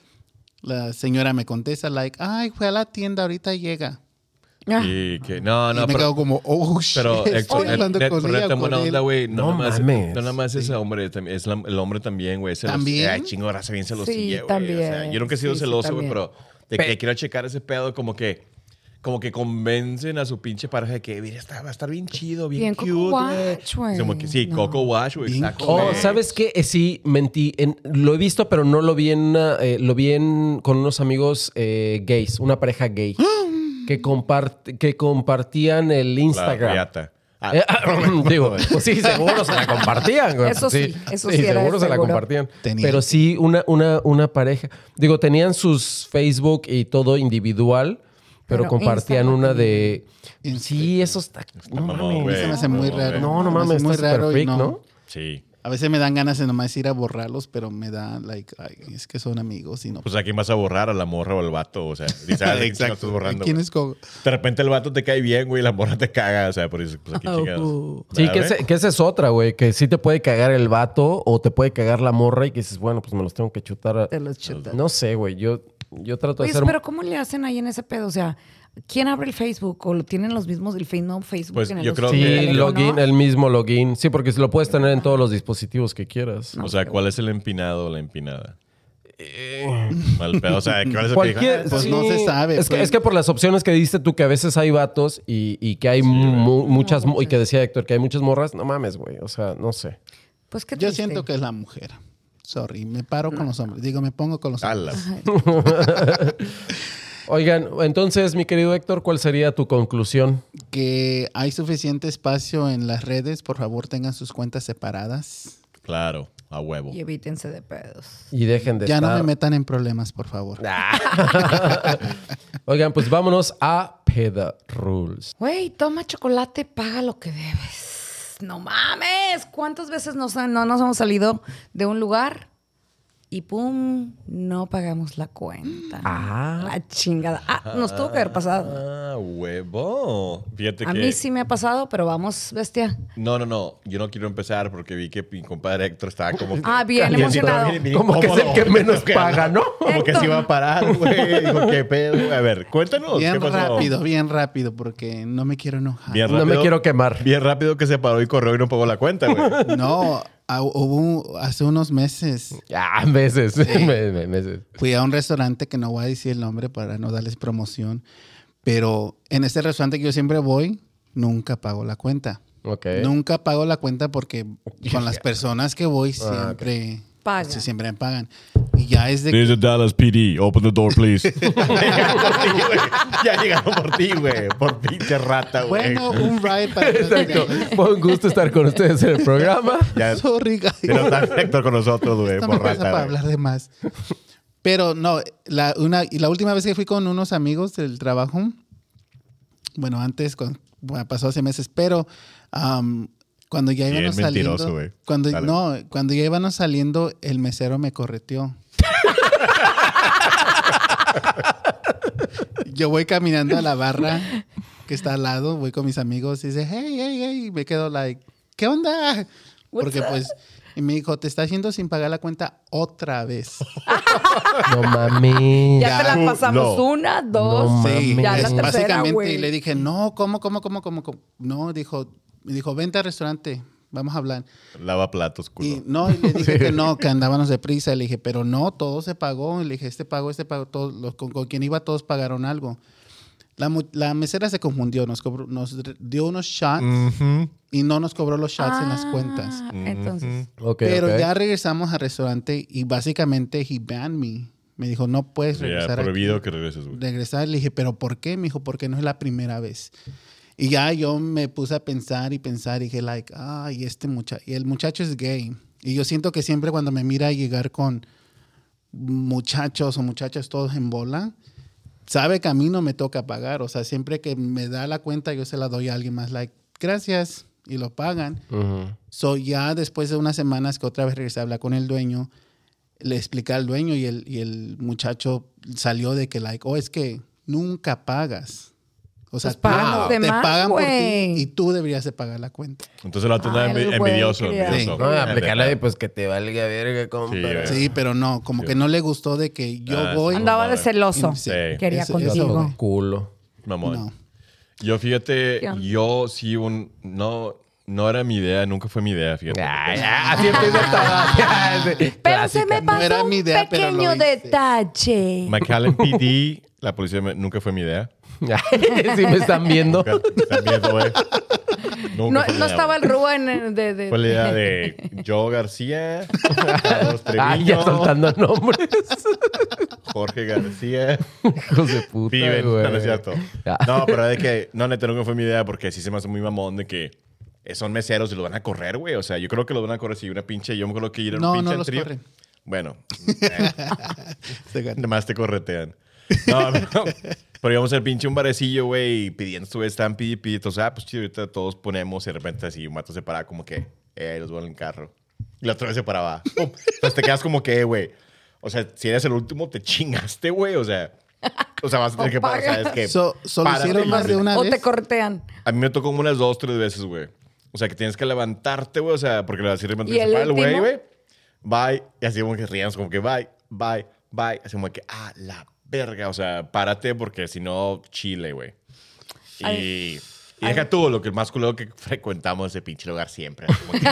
[SPEAKER 4] la señora me contesta, like, ay, fue a la tienda, ahorita llega.
[SPEAKER 3] Ah,
[SPEAKER 1] Y que, Ah, no,
[SPEAKER 4] Ah. Y
[SPEAKER 1] no,
[SPEAKER 4] me
[SPEAKER 1] pero...
[SPEAKER 4] quedo como, oh, shit, <laughs>
[SPEAKER 1] Pero
[SPEAKER 4] estoy hablando
[SPEAKER 1] net-
[SPEAKER 4] con
[SPEAKER 1] net-
[SPEAKER 4] ella,
[SPEAKER 1] neta
[SPEAKER 4] con
[SPEAKER 1] buena
[SPEAKER 4] él.
[SPEAKER 1] onda, güey. No,
[SPEAKER 2] No
[SPEAKER 1] nada más,
[SPEAKER 2] mames.
[SPEAKER 1] no nada más es hombre, tam- es la- el hombre también, güey. Celos-
[SPEAKER 4] ¿También?
[SPEAKER 1] Ay, chingo, raza bien
[SPEAKER 3] Sí,
[SPEAKER 1] celosilla, güey. o sea,
[SPEAKER 3] también.
[SPEAKER 1] yo nunca he sido
[SPEAKER 3] Sí, sí,
[SPEAKER 1] celoso, güey,
[SPEAKER 3] también.
[SPEAKER 1] pero de que quiero checar ese pedo como que como que convencen a su pinche pareja de que mira, está, va a estar bien chido, bien,
[SPEAKER 3] Bien
[SPEAKER 1] cute,
[SPEAKER 3] Coco
[SPEAKER 1] güey.
[SPEAKER 3] Wash, güey.
[SPEAKER 1] Como que sí,
[SPEAKER 3] No.
[SPEAKER 1] Coco Wash, güey,
[SPEAKER 4] Bien
[SPEAKER 1] exacto.
[SPEAKER 4] cute.
[SPEAKER 2] Oh,
[SPEAKER 1] güey.
[SPEAKER 2] ¿sabes qué? Eh, Sí, mentí. En- lo he visto, pero no lo vi en una- eh, lo vi en- con unos amigos eh, gays, una pareja gay. Que, compart- que compartían el
[SPEAKER 1] La
[SPEAKER 2] Instagram.
[SPEAKER 1] riata. Ah, <laughs>
[SPEAKER 2] Eh, ah, <laughs> digo, pues sí, seguro se la compartían. güey.
[SPEAKER 3] Eso sí, eso sí era de
[SPEAKER 2] seguro se la
[SPEAKER 3] seguro.
[SPEAKER 2] compartían.
[SPEAKER 4] Tenían.
[SPEAKER 2] Pero sí, una, una, una pareja. Digo, tenían sus Facebook y todo individual, pero,
[SPEAKER 3] Pero
[SPEAKER 2] compartían
[SPEAKER 3] Instagram
[SPEAKER 2] una de.
[SPEAKER 4] también.
[SPEAKER 2] Sí, eso está. No
[SPEAKER 1] mamón,
[SPEAKER 2] mames.
[SPEAKER 1] güey.
[SPEAKER 4] se me hace muy
[SPEAKER 1] No, güey.
[SPEAKER 4] raro.
[SPEAKER 2] No, no
[SPEAKER 4] Se me hace
[SPEAKER 2] mames, está súper
[SPEAKER 4] y
[SPEAKER 2] freak,
[SPEAKER 4] no.
[SPEAKER 2] ¿no?
[SPEAKER 1] sí.
[SPEAKER 4] A veces me dan ganas de nomás ir a borrarlos, pero me da, like, ay, es que son amigos y no.
[SPEAKER 1] Pues a quién vas a borrar, a la morra o al vato, o sea, ni
[SPEAKER 2] <laughs>
[SPEAKER 1] sabes de quién chingados estás borrando.
[SPEAKER 4] ¿Quién
[SPEAKER 1] güey.
[SPEAKER 4] es Coco?
[SPEAKER 1] De repente el vato te cae bien, güey, y la morra te caga, o sea, por eso pues aquí chingados.
[SPEAKER 2] Ah, Sí, que,
[SPEAKER 1] ¿Sabe?
[SPEAKER 2] ese- que esa es otra, güey. Que sí te puede cagar el vato o te puede cagar la morra y que dices, bueno, pues me los tengo que chutar. a-
[SPEAKER 3] Te los chutas.
[SPEAKER 2] No pues, sé, güey. Yo, yo trato de
[SPEAKER 3] Oye,
[SPEAKER 2] ser...
[SPEAKER 3] pero ¿cómo le hacen ahí en ese pedo? O sea, ¿quién abre el Facebook? ¿O lo tienen los mismos, el Facebook, Facebook
[SPEAKER 1] Pues,
[SPEAKER 3] en
[SPEAKER 1] yo
[SPEAKER 3] los-
[SPEAKER 1] creo
[SPEAKER 3] en
[SPEAKER 1] que-
[SPEAKER 3] el
[SPEAKER 2] Sí,
[SPEAKER 3] teléfono?
[SPEAKER 2] login, el mismo login. Sí, porque lo puedes tener en todos los dispositivos que quieras.
[SPEAKER 1] O sea, ¿cuál es el empinado o la empinada? <laughs> Mal pedo, o sea, ¿cuál es el
[SPEAKER 2] Eh. Cualquier,
[SPEAKER 1] que Ah,
[SPEAKER 4] pues no se sabe,
[SPEAKER 2] Es, que,
[SPEAKER 4] pues.
[SPEAKER 2] es que por las opciones que diste tú, que a veces hay vatos y, y que hay mu- muchas, mu- y que decía Héctor, que hay muchas morras, no mames, güey. O sea, no sé.
[SPEAKER 3] Pues qué
[SPEAKER 4] Yo
[SPEAKER 3] triste.
[SPEAKER 4] siento que es la mujer. Sorry, me paro con los hombres. Digo, me pongo con los
[SPEAKER 1] dijo, "Ah,
[SPEAKER 4] hombres.
[SPEAKER 1] la-
[SPEAKER 2] Oigan, entonces, mi querido Héctor, ¿cuál sería tu conclusión?
[SPEAKER 4] Que hay suficiente espacio en las redes. Por favor, tengan sus cuentas separadas.
[SPEAKER 1] Claro, a huevo.
[SPEAKER 3] Y evítense de pedos.
[SPEAKER 2] Y dejen de
[SPEAKER 4] Ya no
[SPEAKER 2] estar...
[SPEAKER 4] me metan en problemas, por favor.
[SPEAKER 1] Ah,
[SPEAKER 2] Oigan, pues vámonos a Peda Rules.
[SPEAKER 3] Güey, toma chocolate, paga lo que debes. No mames. ¿Cuántas veces nos han- no nos hemos salido de un lugar y pum, no pagamos la cuenta?
[SPEAKER 2] Ah.
[SPEAKER 3] La chingada. Ah, nos tuvo que haber pasado.
[SPEAKER 1] Ah, huevo. Fíjate
[SPEAKER 3] A
[SPEAKER 1] que.
[SPEAKER 3] mí sí me ha pasado, pero vamos, bestia.
[SPEAKER 1] No, no, no. Yo no quiero empezar porque vi que mi compadre Héctor estaba como.
[SPEAKER 3] <laughs> Ah, bien
[SPEAKER 1] Calientito,
[SPEAKER 3] emocionado.
[SPEAKER 1] bien- bien
[SPEAKER 2] Como que es el
[SPEAKER 1] incómodo. <laughs>
[SPEAKER 2] que menos paga, ¿no?
[SPEAKER 1] Como que se iba a parar, güey. Digo, qué pedo. güey? A ver, cuéntanos.
[SPEAKER 4] Bien
[SPEAKER 1] ¿qué pasó?
[SPEAKER 4] rápido, bien rápido, porque no me quiero enojar.
[SPEAKER 1] Bien
[SPEAKER 2] No me
[SPEAKER 1] rápido.
[SPEAKER 2] quiero quemar.
[SPEAKER 1] Bien rápido que se paró y corrió y no pagó la cuenta, güey.
[SPEAKER 4] No, a- hubo un- hace unos meses
[SPEAKER 2] Ah, meses. <laughs> Me- me- meses.
[SPEAKER 4] fui a un restaurante que no voy a decir el nombre para no darles promoción, pero en este restaurante que yo siempre voy, nunca pago la cuenta.
[SPEAKER 2] Ok.
[SPEAKER 4] Nunca pago la cuenta porque con las personas que voy siempre,
[SPEAKER 2] Ah,
[SPEAKER 3] Pagan.
[SPEAKER 4] sí, siempre me pagan. Y ya es de que
[SPEAKER 1] There's a Dallas PD. Open the door, please. ya llegaron por ti, güey. Por pinche rata, güey.
[SPEAKER 4] bueno, un ride
[SPEAKER 2] <laughs>
[SPEAKER 4] para
[SPEAKER 2] Exacto. Fue un gusto estar con ustedes en el programa.
[SPEAKER 4] <laughs>
[SPEAKER 1] Ya
[SPEAKER 4] Sorry, guys.
[SPEAKER 1] pero está Héctor con nosotros, güey.
[SPEAKER 4] Esto me
[SPEAKER 1] Por
[SPEAKER 4] pasa
[SPEAKER 1] rata.
[SPEAKER 4] para
[SPEAKER 1] güey.
[SPEAKER 4] hablar de más. Pero no, la, una, y la última vez que fui con unos amigos del trabajo, bueno, antes, cuando, bueno, pasó hace meses, pero am, cuando ya
[SPEAKER 1] Bien
[SPEAKER 4] íbamos
[SPEAKER 1] mentiroso,
[SPEAKER 4] saliendo,
[SPEAKER 1] güey.
[SPEAKER 4] cuando
[SPEAKER 1] Dale.
[SPEAKER 4] no, cuando ya íbamos saliendo, el mesero me correteó. Yo voy caminando a la barra que está al lado, voy con mis amigos y dice, hey, hey, hey, y me quedo like, ¿qué onda? Porque
[SPEAKER 3] What's up?
[SPEAKER 4] pues, y me dijo, te está haciendo sin pagar la cuenta otra vez.
[SPEAKER 2] No mames.
[SPEAKER 3] Ya te la
[SPEAKER 1] Ya.
[SPEAKER 3] pasamos
[SPEAKER 1] No.
[SPEAKER 3] una, dos.
[SPEAKER 2] No
[SPEAKER 4] Sí,
[SPEAKER 2] mames.
[SPEAKER 3] Ya la
[SPEAKER 4] es-
[SPEAKER 3] tercera,
[SPEAKER 4] básicamente.
[SPEAKER 3] güey.
[SPEAKER 4] Y le dije, no, ¿cómo, cómo, cómo, cómo, cómo? No, dijo, me dijo, vente al restaurante, vamos a hablar.
[SPEAKER 1] Lava platos, culo.
[SPEAKER 4] Y no, y le dije que no, que andábamos deprisa. Y le dije, pero no, todo se pagó. Y le dije, este pagó, este pagó, todos, los, con, con quien iba todos pagaron algo. La, mu- la mesera se confundió, nos, cobró- nos dio unos shots
[SPEAKER 1] Ujú.
[SPEAKER 4] y no nos cobró los shots en las cuentas.
[SPEAKER 3] Ah, Entonces,
[SPEAKER 2] Ok,
[SPEAKER 4] pero
[SPEAKER 2] ok.
[SPEAKER 4] ya regresamos al restaurante y básicamente he banned me. Me dijo, no puedes
[SPEAKER 1] Ya,
[SPEAKER 4] regresar. aquí".
[SPEAKER 1] prohibido que regreses, güey.
[SPEAKER 4] regresar. Le dije, ¿pero por qué? Me dijo, porque no es la primera vez. Y ya yo me puse a pensar y pensar. Y dije, like, ay, este muchacho. Y el muchacho es gay. Y yo siento que siempre cuando me mira llegar con muchachos o muchachas todos en bola, sabe que a mí no me toca pagar. O sea, siempre que me da la cuenta, yo se la doy a alguien más, like, gracias. Y lo pagan.
[SPEAKER 2] Ujú.
[SPEAKER 4] So ya después de unas semanas que otra vez regresé a hablar con el dueño, le expliqué al dueño y el, y el muchacho salió de que, like, oh, es que nunca pagas. O sea,
[SPEAKER 3] Pues pagan
[SPEAKER 4] tú-
[SPEAKER 3] los
[SPEAKER 4] te
[SPEAKER 3] demás,
[SPEAKER 4] pagan por ti
[SPEAKER 3] güey.
[SPEAKER 4] y tú deberías de pagar la cuenta.
[SPEAKER 1] Entonces lo atendía
[SPEAKER 3] Ay,
[SPEAKER 1] envi-
[SPEAKER 3] el güey,
[SPEAKER 1] envidioso.
[SPEAKER 3] quería-
[SPEAKER 1] envidioso.
[SPEAKER 2] No,
[SPEAKER 1] Ah,
[SPEAKER 2] aplicarla de
[SPEAKER 1] neta.
[SPEAKER 2] pues que te valga verga, compa.
[SPEAKER 1] Sí, güey.
[SPEAKER 4] Sí, pero no, como que no le gustó de que yo
[SPEAKER 1] Ah,
[SPEAKER 4] voy.
[SPEAKER 1] sí.
[SPEAKER 3] andaba de
[SPEAKER 1] Madre.
[SPEAKER 3] celoso.
[SPEAKER 4] Sí.
[SPEAKER 3] Quería
[SPEAKER 4] Eso- eso
[SPEAKER 3] contigo.
[SPEAKER 4] fue.
[SPEAKER 2] Culo.
[SPEAKER 1] Mamón.
[SPEAKER 4] No.
[SPEAKER 1] Yo fíjate,
[SPEAKER 3] ¿Qué onda?
[SPEAKER 1] yo sí un no no era mi idea, nunca fue mi idea, fíjate.
[SPEAKER 2] Ay, así empieza
[SPEAKER 1] <laughs>
[SPEAKER 2] todo.
[SPEAKER 3] Pero se me
[SPEAKER 4] No era
[SPEAKER 3] pasó un
[SPEAKER 4] mi idea, pero lo
[SPEAKER 3] pequeño
[SPEAKER 4] hice.
[SPEAKER 3] detalle.
[SPEAKER 1] McAllen PD, la policía me- nunca fue mi idea.
[SPEAKER 2] Si me están viendo.
[SPEAKER 1] Nunca, también, güey. Nunca
[SPEAKER 3] No,
[SPEAKER 1] fue mi
[SPEAKER 3] no
[SPEAKER 1] idea,
[SPEAKER 3] estaba
[SPEAKER 1] güey.
[SPEAKER 3] el Rúa en el de, de-
[SPEAKER 1] Fue la
[SPEAKER 3] <laughs>
[SPEAKER 1] idea de Joe
[SPEAKER 4] <laughs>
[SPEAKER 1] García, Carlos
[SPEAKER 2] Ah, ya
[SPEAKER 1] Treviño,
[SPEAKER 2] soltando nombres. <laughs>
[SPEAKER 1] Jorge García,
[SPEAKER 2] Hijos de puta,
[SPEAKER 1] Piven,
[SPEAKER 2] güey.
[SPEAKER 1] no, no es cierto.
[SPEAKER 2] Ya.
[SPEAKER 1] No, pero es que, no, neta, nunca fue mi idea porque sí se me hace muy mamón de que eh, son meseros y los van a correr, güey. O sea, yo creo que los van a correr si una pinche, yo me acuerdo que ir a un
[SPEAKER 4] No,
[SPEAKER 1] pinche
[SPEAKER 4] no los
[SPEAKER 1] trío.
[SPEAKER 4] corren.
[SPEAKER 2] <laughs>
[SPEAKER 1] Bueno, eh,
[SPEAKER 4] Se ganó.
[SPEAKER 1] Nomás te corretean. No, no. Pero íbamos al pinche un barecillo, güey, y pidiendo su están pidi, pidi. Entonces, ah, pues chido, ahorita todos ponemos y de repente así, un mato se para como que, eh, los vuelven en el carro. Y la otra vez se paraba. ¡Pum! Entonces te quedas como que, eh, güey. O sea, si eres el último, te chingaste, güey. O sea, o sea, vas a tener que pagar. ¿sabes qué?
[SPEAKER 4] So- so lo
[SPEAKER 1] Párate
[SPEAKER 4] hicieron
[SPEAKER 1] y
[SPEAKER 4] más de
[SPEAKER 1] ándale.
[SPEAKER 4] una
[SPEAKER 3] o te
[SPEAKER 1] <laughs>
[SPEAKER 4] vez.
[SPEAKER 3] cortean.
[SPEAKER 1] A mí me tocó como unas dos, tres veces, güey. O sea, que tienes que levantarte, güey. O sea, porque le vas a decir,
[SPEAKER 3] ¿Y el
[SPEAKER 1] el güey,
[SPEAKER 3] último?
[SPEAKER 1] güey. Bye. Y así como que ríamos, como que bye, bye, bye. Así como que, ah, la verga. O sea, párate porque si no, chile, güey. Y,
[SPEAKER 3] Ay.
[SPEAKER 1] y deja tú lo que más culo que frecuentamos ese pinche lugar siempre. Así
[SPEAKER 3] <laughs>
[SPEAKER 1] como que,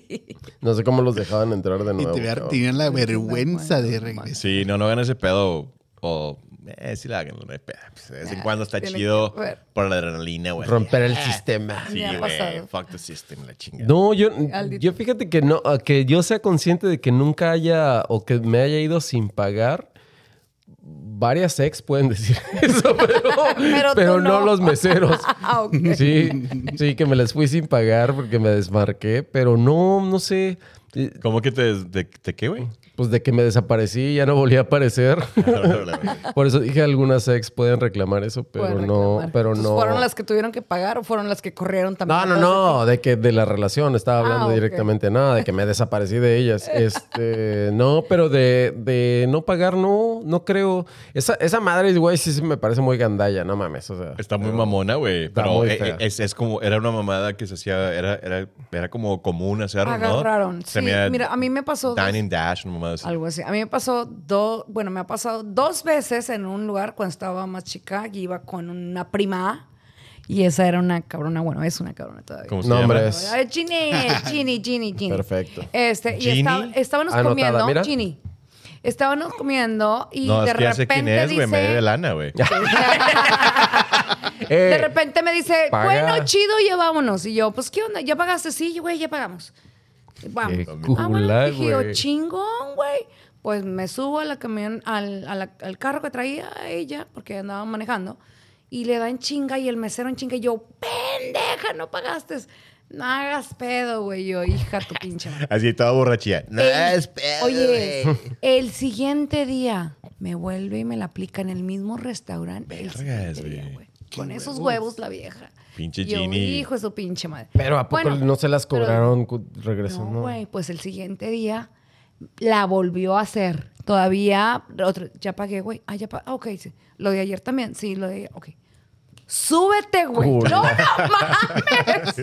[SPEAKER 3] sí.
[SPEAKER 2] No sé cómo los dejaban entrar de
[SPEAKER 4] Y
[SPEAKER 2] nuevo.
[SPEAKER 4] te voy a-
[SPEAKER 2] cabrón.
[SPEAKER 4] tenían la vergüenza de regresar.
[SPEAKER 1] sí, no, no hagan ese pedo. O, eh, sí la hagan, no hay pedo. Pues, de vez en
[SPEAKER 3] Nah,
[SPEAKER 1] cuando está
[SPEAKER 3] tiene
[SPEAKER 1] chido
[SPEAKER 3] que ver.
[SPEAKER 1] por la adrenalina, güey.
[SPEAKER 2] Romper el sistema.
[SPEAKER 1] Sí,
[SPEAKER 3] Me ha
[SPEAKER 1] güey.
[SPEAKER 3] pasado.
[SPEAKER 1] Fuck the system, la chingada.
[SPEAKER 2] No, yo,
[SPEAKER 3] Aldito.
[SPEAKER 2] yo fíjate que no, a que yo sea consciente de que nunca haya o que me haya ido sin pagar. Varias ex pueden decir <laughs> eso, pero,
[SPEAKER 3] Pero tú
[SPEAKER 2] pero no.
[SPEAKER 3] no.
[SPEAKER 2] los
[SPEAKER 3] <laughs>
[SPEAKER 1] Pues,
[SPEAKER 2] meseros.
[SPEAKER 3] Ah, ok.
[SPEAKER 2] Sí, sí, que me les fui sin pagar porque me desmarqué, pero no, no sé. eh,
[SPEAKER 1] ¿Cómo que te, te, te qué, güey?
[SPEAKER 2] Pues de que me desaparecí, ya no volví a aparecer. <laughs> Por eso dije algunas ex pueden reclamar eso, pero
[SPEAKER 3] Pueden
[SPEAKER 2] no,
[SPEAKER 3] reclamar.
[SPEAKER 2] pero
[SPEAKER 3] Entonces,
[SPEAKER 2] no.
[SPEAKER 3] ¿Fueron las que tuvieron que pagar o fueron las que corrieron también?
[SPEAKER 2] No, no, no, de que de la relación, estaba hablando
[SPEAKER 3] Ah, ok.
[SPEAKER 2] directamente, nada, de que me desaparecí de
[SPEAKER 3] <laughs>
[SPEAKER 2] ellas. Este, no, pero de, de no pagar, no, no creo. Esa, esa madre, güey, sí, sí me parece muy gandalla, no mames. O sea,
[SPEAKER 1] Está muy mamona, güey.
[SPEAKER 2] Está
[SPEAKER 1] Pero
[SPEAKER 2] muy
[SPEAKER 1] e-
[SPEAKER 2] fea.
[SPEAKER 1] e- es, es como, era una mamada que se hacía, era, era, era como común hacerlo, ¿no?
[SPEAKER 3] Agarraron.
[SPEAKER 1] Se
[SPEAKER 3] Sí,
[SPEAKER 1] me-
[SPEAKER 3] mira, a mí me pasó dos-
[SPEAKER 1] Dine and Dash, una mamada así.
[SPEAKER 3] Algo así. A mí me pasó dos, bueno, me ha pasado dos veces en un lugar cuando estaba más chica y iba con una prima y esa era una cabrona, bueno, es una cabrona todavía.
[SPEAKER 1] ¿Cómo se
[SPEAKER 2] Nombres.
[SPEAKER 3] Ay,
[SPEAKER 1] <laughs>
[SPEAKER 3] Ginny, Ginny, Ginny, Ginny.
[SPEAKER 2] Perfecto.
[SPEAKER 3] Este, y
[SPEAKER 1] Ginny.
[SPEAKER 3] estaba- estábamos
[SPEAKER 2] Anotada,
[SPEAKER 3] comiendo,
[SPEAKER 2] mira.
[SPEAKER 3] Ginny. Estábamos comiendo y
[SPEAKER 1] llama? No,
[SPEAKER 3] de
[SPEAKER 1] es que ya sé
[SPEAKER 3] repente
[SPEAKER 1] quién es, güey. Me
[SPEAKER 3] dice-
[SPEAKER 1] debe lana,
[SPEAKER 3] <laughs>
[SPEAKER 1] güey.
[SPEAKER 2] Eh,
[SPEAKER 3] De repente me dice,
[SPEAKER 2] paga.
[SPEAKER 3] bueno, chido, ya vámonos. Y yo, pues, ¿qué onda? ¿Ya pagaste? Sí, güey, ya pagamos. Vamos.
[SPEAKER 2] Qué
[SPEAKER 3] Ah, bueno,
[SPEAKER 2] culá,
[SPEAKER 3] dije yo,
[SPEAKER 2] güey.
[SPEAKER 3] chingón, güey. Pues me subo a la camión, al, a la- al carro que traía ella, porque andaba manejando, y le dan chinga y el mesero en chinga. Y yo, pendeja, no pagaste. No hagas pedo, güey. Yo, hija, tu pinche. madre".
[SPEAKER 1] Así toda borrachía. No,
[SPEAKER 3] El-
[SPEAKER 1] es pedo,
[SPEAKER 3] Oye,
[SPEAKER 1] güey.
[SPEAKER 3] el siguiente día me vuelve y me la aplica en el mismo restaurante. el
[SPEAKER 1] Vergas,
[SPEAKER 3] siguiente día,
[SPEAKER 1] güey.
[SPEAKER 3] güey. Con esos huevos la vieja.
[SPEAKER 1] Pinche
[SPEAKER 3] Yo,
[SPEAKER 1] Ginny.
[SPEAKER 3] Hijo de su pinche madre.
[SPEAKER 2] pero ¿a poco
[SPEAKER 3] Bueno,
[SPEAKER 2] no se las
[SPEAKER 3] pero-
[SPEAKER 2] cobraron cu- regresando?
[SPEAKER 3] No, güey, pues el siguiente día la volvió a hacer. Todavía, otro, ya pagué, güey. Ah, ya pagué. Ah, ok. sí. Lo de ayer también. Sí, lo de ayer. Ok. Súbete, güey.
[SPEAKER 2] Uy.
[SPEAKER 3] No, no mames.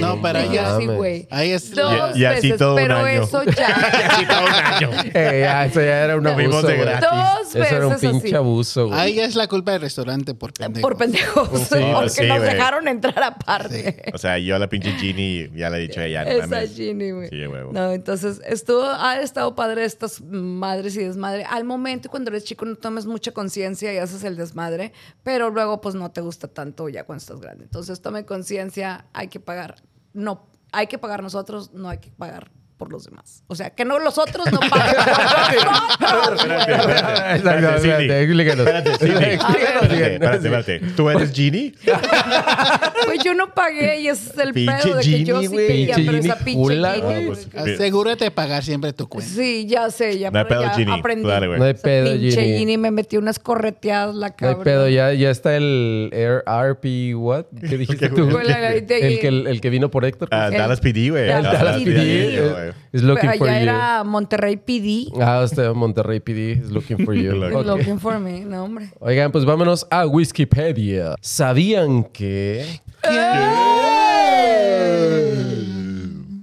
[SPEAKER 4] No, para
[SPEAKER 3] Y yo
[SPEAKER 4] allá.
[SPEAKER 3] así,
[SPEAKER 2] mames.
[SPEAKER 3] güey.
[SPEAKER 4] Ahí es.
[SPEAKER 3] Dos
[SPEAKER 1] Y- y así
[SPEAKER 3] veces,
[SPEAKER 1] todo un
[SPEAKER 3] pero
[SPEAKER 1] año.
[SPEAKER 3] eso
[SPEAKER 1] <laughs>
[SPEAKER 3] ya.
[SPEAKER 2] <laughs>
[SPEAKER 3] <laughs>
[SPEAKER 2] Eh, ya, eso ya era un
[SPEAKER 1] Nos vimos
[SPEAKER 2] abuso.
[SPEAKER 1] de
[SPEAKER 2] güey.
[SPEAKER 1] gratis.
[SPEAKER 3] Dos
[SPEAKER 2] Eso era un
[SPEAKER 3] veces
[SPEAKER 2] pinche
[SPEAKER 3] así.
[SPEAKER 2] abuso, güey.
[SPEAKER 4] Ahí ya es la culpa del restaurante por pendejo.
[SPEAKER 3] Por pendejos.
[SPEAKER 2] Sí,
[SPEAKER 1] <laughs>
[SPEAKER 3] porque
[SPEAKER 1] sí,
[SPEAKER 3] nos
[SPEAKER 1] güey.
[SPEAKER 3] dejaron entrar aparte.
[SPEAKER 1] O sea, yo a la pinche Ginny ya le he dicho a ella, no
[SPEAKER 3] <laughs> Esa
[SPEAKER 1] mames.
[SPEAKER 3] Ginny, güey.
[SPEAKER 1] Sí, huevo.
[SPEAKER 3] No, entonces estuvo, ha estado padre estas madres y desmadre. Al momento, cuando eres chico, no tomes mucha conciencia y haces el desmadre, pero luego, pues no te gusta tanto ya cuando estás grande. Entonces, tome conciencia, hay que pagar. No, hay que pagar nosotros, no hay que pagar por los demás. O sea, que no los otros
[SPEAKER 1] <laughs>
[SPEAKER 3] no paguen.
[SPEAKER 1] <laughs> Espérate, espérate. Espérate,
[SPEAKER 2] Exacto, <laughs>
[SPEAKER 1] Cindy. <laughs>
[SPEAKER 2] espérate, explícanos.
[SPEAKER 1] Espérate, Cindy. Espérate, <laughs>
[SPEAKER 2] Explícanos
[SPEAKER 1] Ah,
[SPEAKER 2] bien.
[SPEAKER 1] espérate, espérate. ¿Tú eres Ginny?
[SPEAKER 3] pues yo no pagué y ese es el
[SPEAKER 1] Pinche
[SPEAKER 3] pedo de que yo
[SPEAKER 1] Ginny,
[SPEAKER 3] sí
[SPEAKER 1] güey.
[SPEAKER 3] quería,
[SPEAKER 2] Pinche
[SPEAKER 3] pero
[SPEAKER 2] Ginny
[SPEAKER 3] esa pinche
[SPEAKER 2] jula,
[SPEAKER 3] Ginny,
[SPEAKER 1] Ah,
[SPEAKER 2] güey.
[SPEAKER 1] pues,
[SPEAKER 3] güey.
[SPEAKER 4] Asegúrate de pagar siempre tu cuenta.
[SPEAKER 3] Sí, ya sé, ya,
[SPEAKER 1] No hay
[SPEAKER 3] pero
[SPEAKER 1] pedo,
[SPEAKER 3] ya
[SPEAKER 1] Ginny.
[SPEAKER 3] aprendí.
[SPEAKER 1] Tú dale, güey.
[SPEAKER 2] No hay
[SPEAKER 3] Esa
[SPEAKER 2] pedo,
[SPEAKER 3] pinche
[SPEAKER 2] Ginny.
[SPEAKER 3] me metió unas correteadas la
[SPEAKER 2] No hay
[SPEAKER 3] cabra.
[SPEAKER 2] pedo, ya, ya está el RP,
[SPEAKER 1] <laughs>
[SPEAKER 2] ¿what? ¿Qué dijiste tú?
[SPEAKER 3] Fue la gaita y-
[SPEAKER 2] El que, el que vino por Héctor.
[SPEAKER 1] Ah,
[SPEAKER 3] El-
[SPEAKER 1] Dallas PD, güey.
[SPEAKER 3] Dallas
[SPEAKER 2] Dallas
[SPEAKER 3] PD,
[SPEAKER 1] Ginny,
[SPEAKER 2] PD
[SPEAKER 1] güey.
[SPEAKER 2] is looking
[SPEAKER 3] Allá
[SPEAKER 2] for you.
[SPEAKER 3] era Monterrey PD.
[SPEAKER 2] Ah, este Monterrey PD is looking
[SPEAKER 1] <laughs>
[SPEAKER 2] for you.
[SPEAKER 1] Lo-
[SPEAKER 2] Ok.
[SPEAKER 3] Looking for me, no, hombre.
[SPEAKER 2] Oigan, pues vámonos a Wikipedia. ¿Sabían que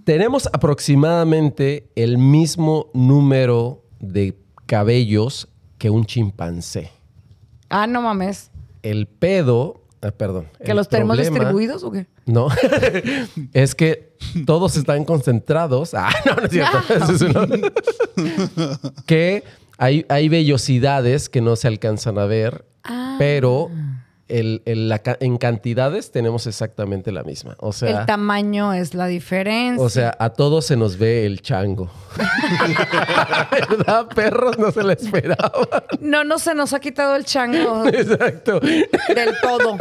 [SPEAKER 2] tenemos aproximadamente el mismo número de cabellos que un chimpancé?
[SPEAKER 3] Ah, no mames.
[SPEAKER 2] El pedo, ah, perdón.
[SPEAKER 3] ¿Que
[SPEAKER 2] el
[SPEAKER 3] los tenemos
[SPEAKER 2] problema-
[SPEAKER 3] distribuidos o qué?
[SPEAKER 2] No, <laughs> es que todos están concentrados. Ah, no, no es
[SPEAKER 3] <laughs>
[SPEAKER 2] cierto. Eso es uno. que hay, hay vellosidades que no se alcanzan a ver,
[SPEAKER 3] Ah.
[SPEAKER 2] pero el- el- la ca- en cantidades tenemos exactamente la misma. O sea,
[SPEAKER 3] el tamaño es la diferencia.
[SPEAKER 2] o sea, a todos se nos ve el chango. ¿Verdad? <laughs> Perros no se le esperaba.
[SPEAKER 3] no, no se nos ha quitado el
[SPEAKER 2] <laughs>
[SPEAKER 3] chango
[SPEAKER 2] Exacto.
[SPEAKER 3] del todo.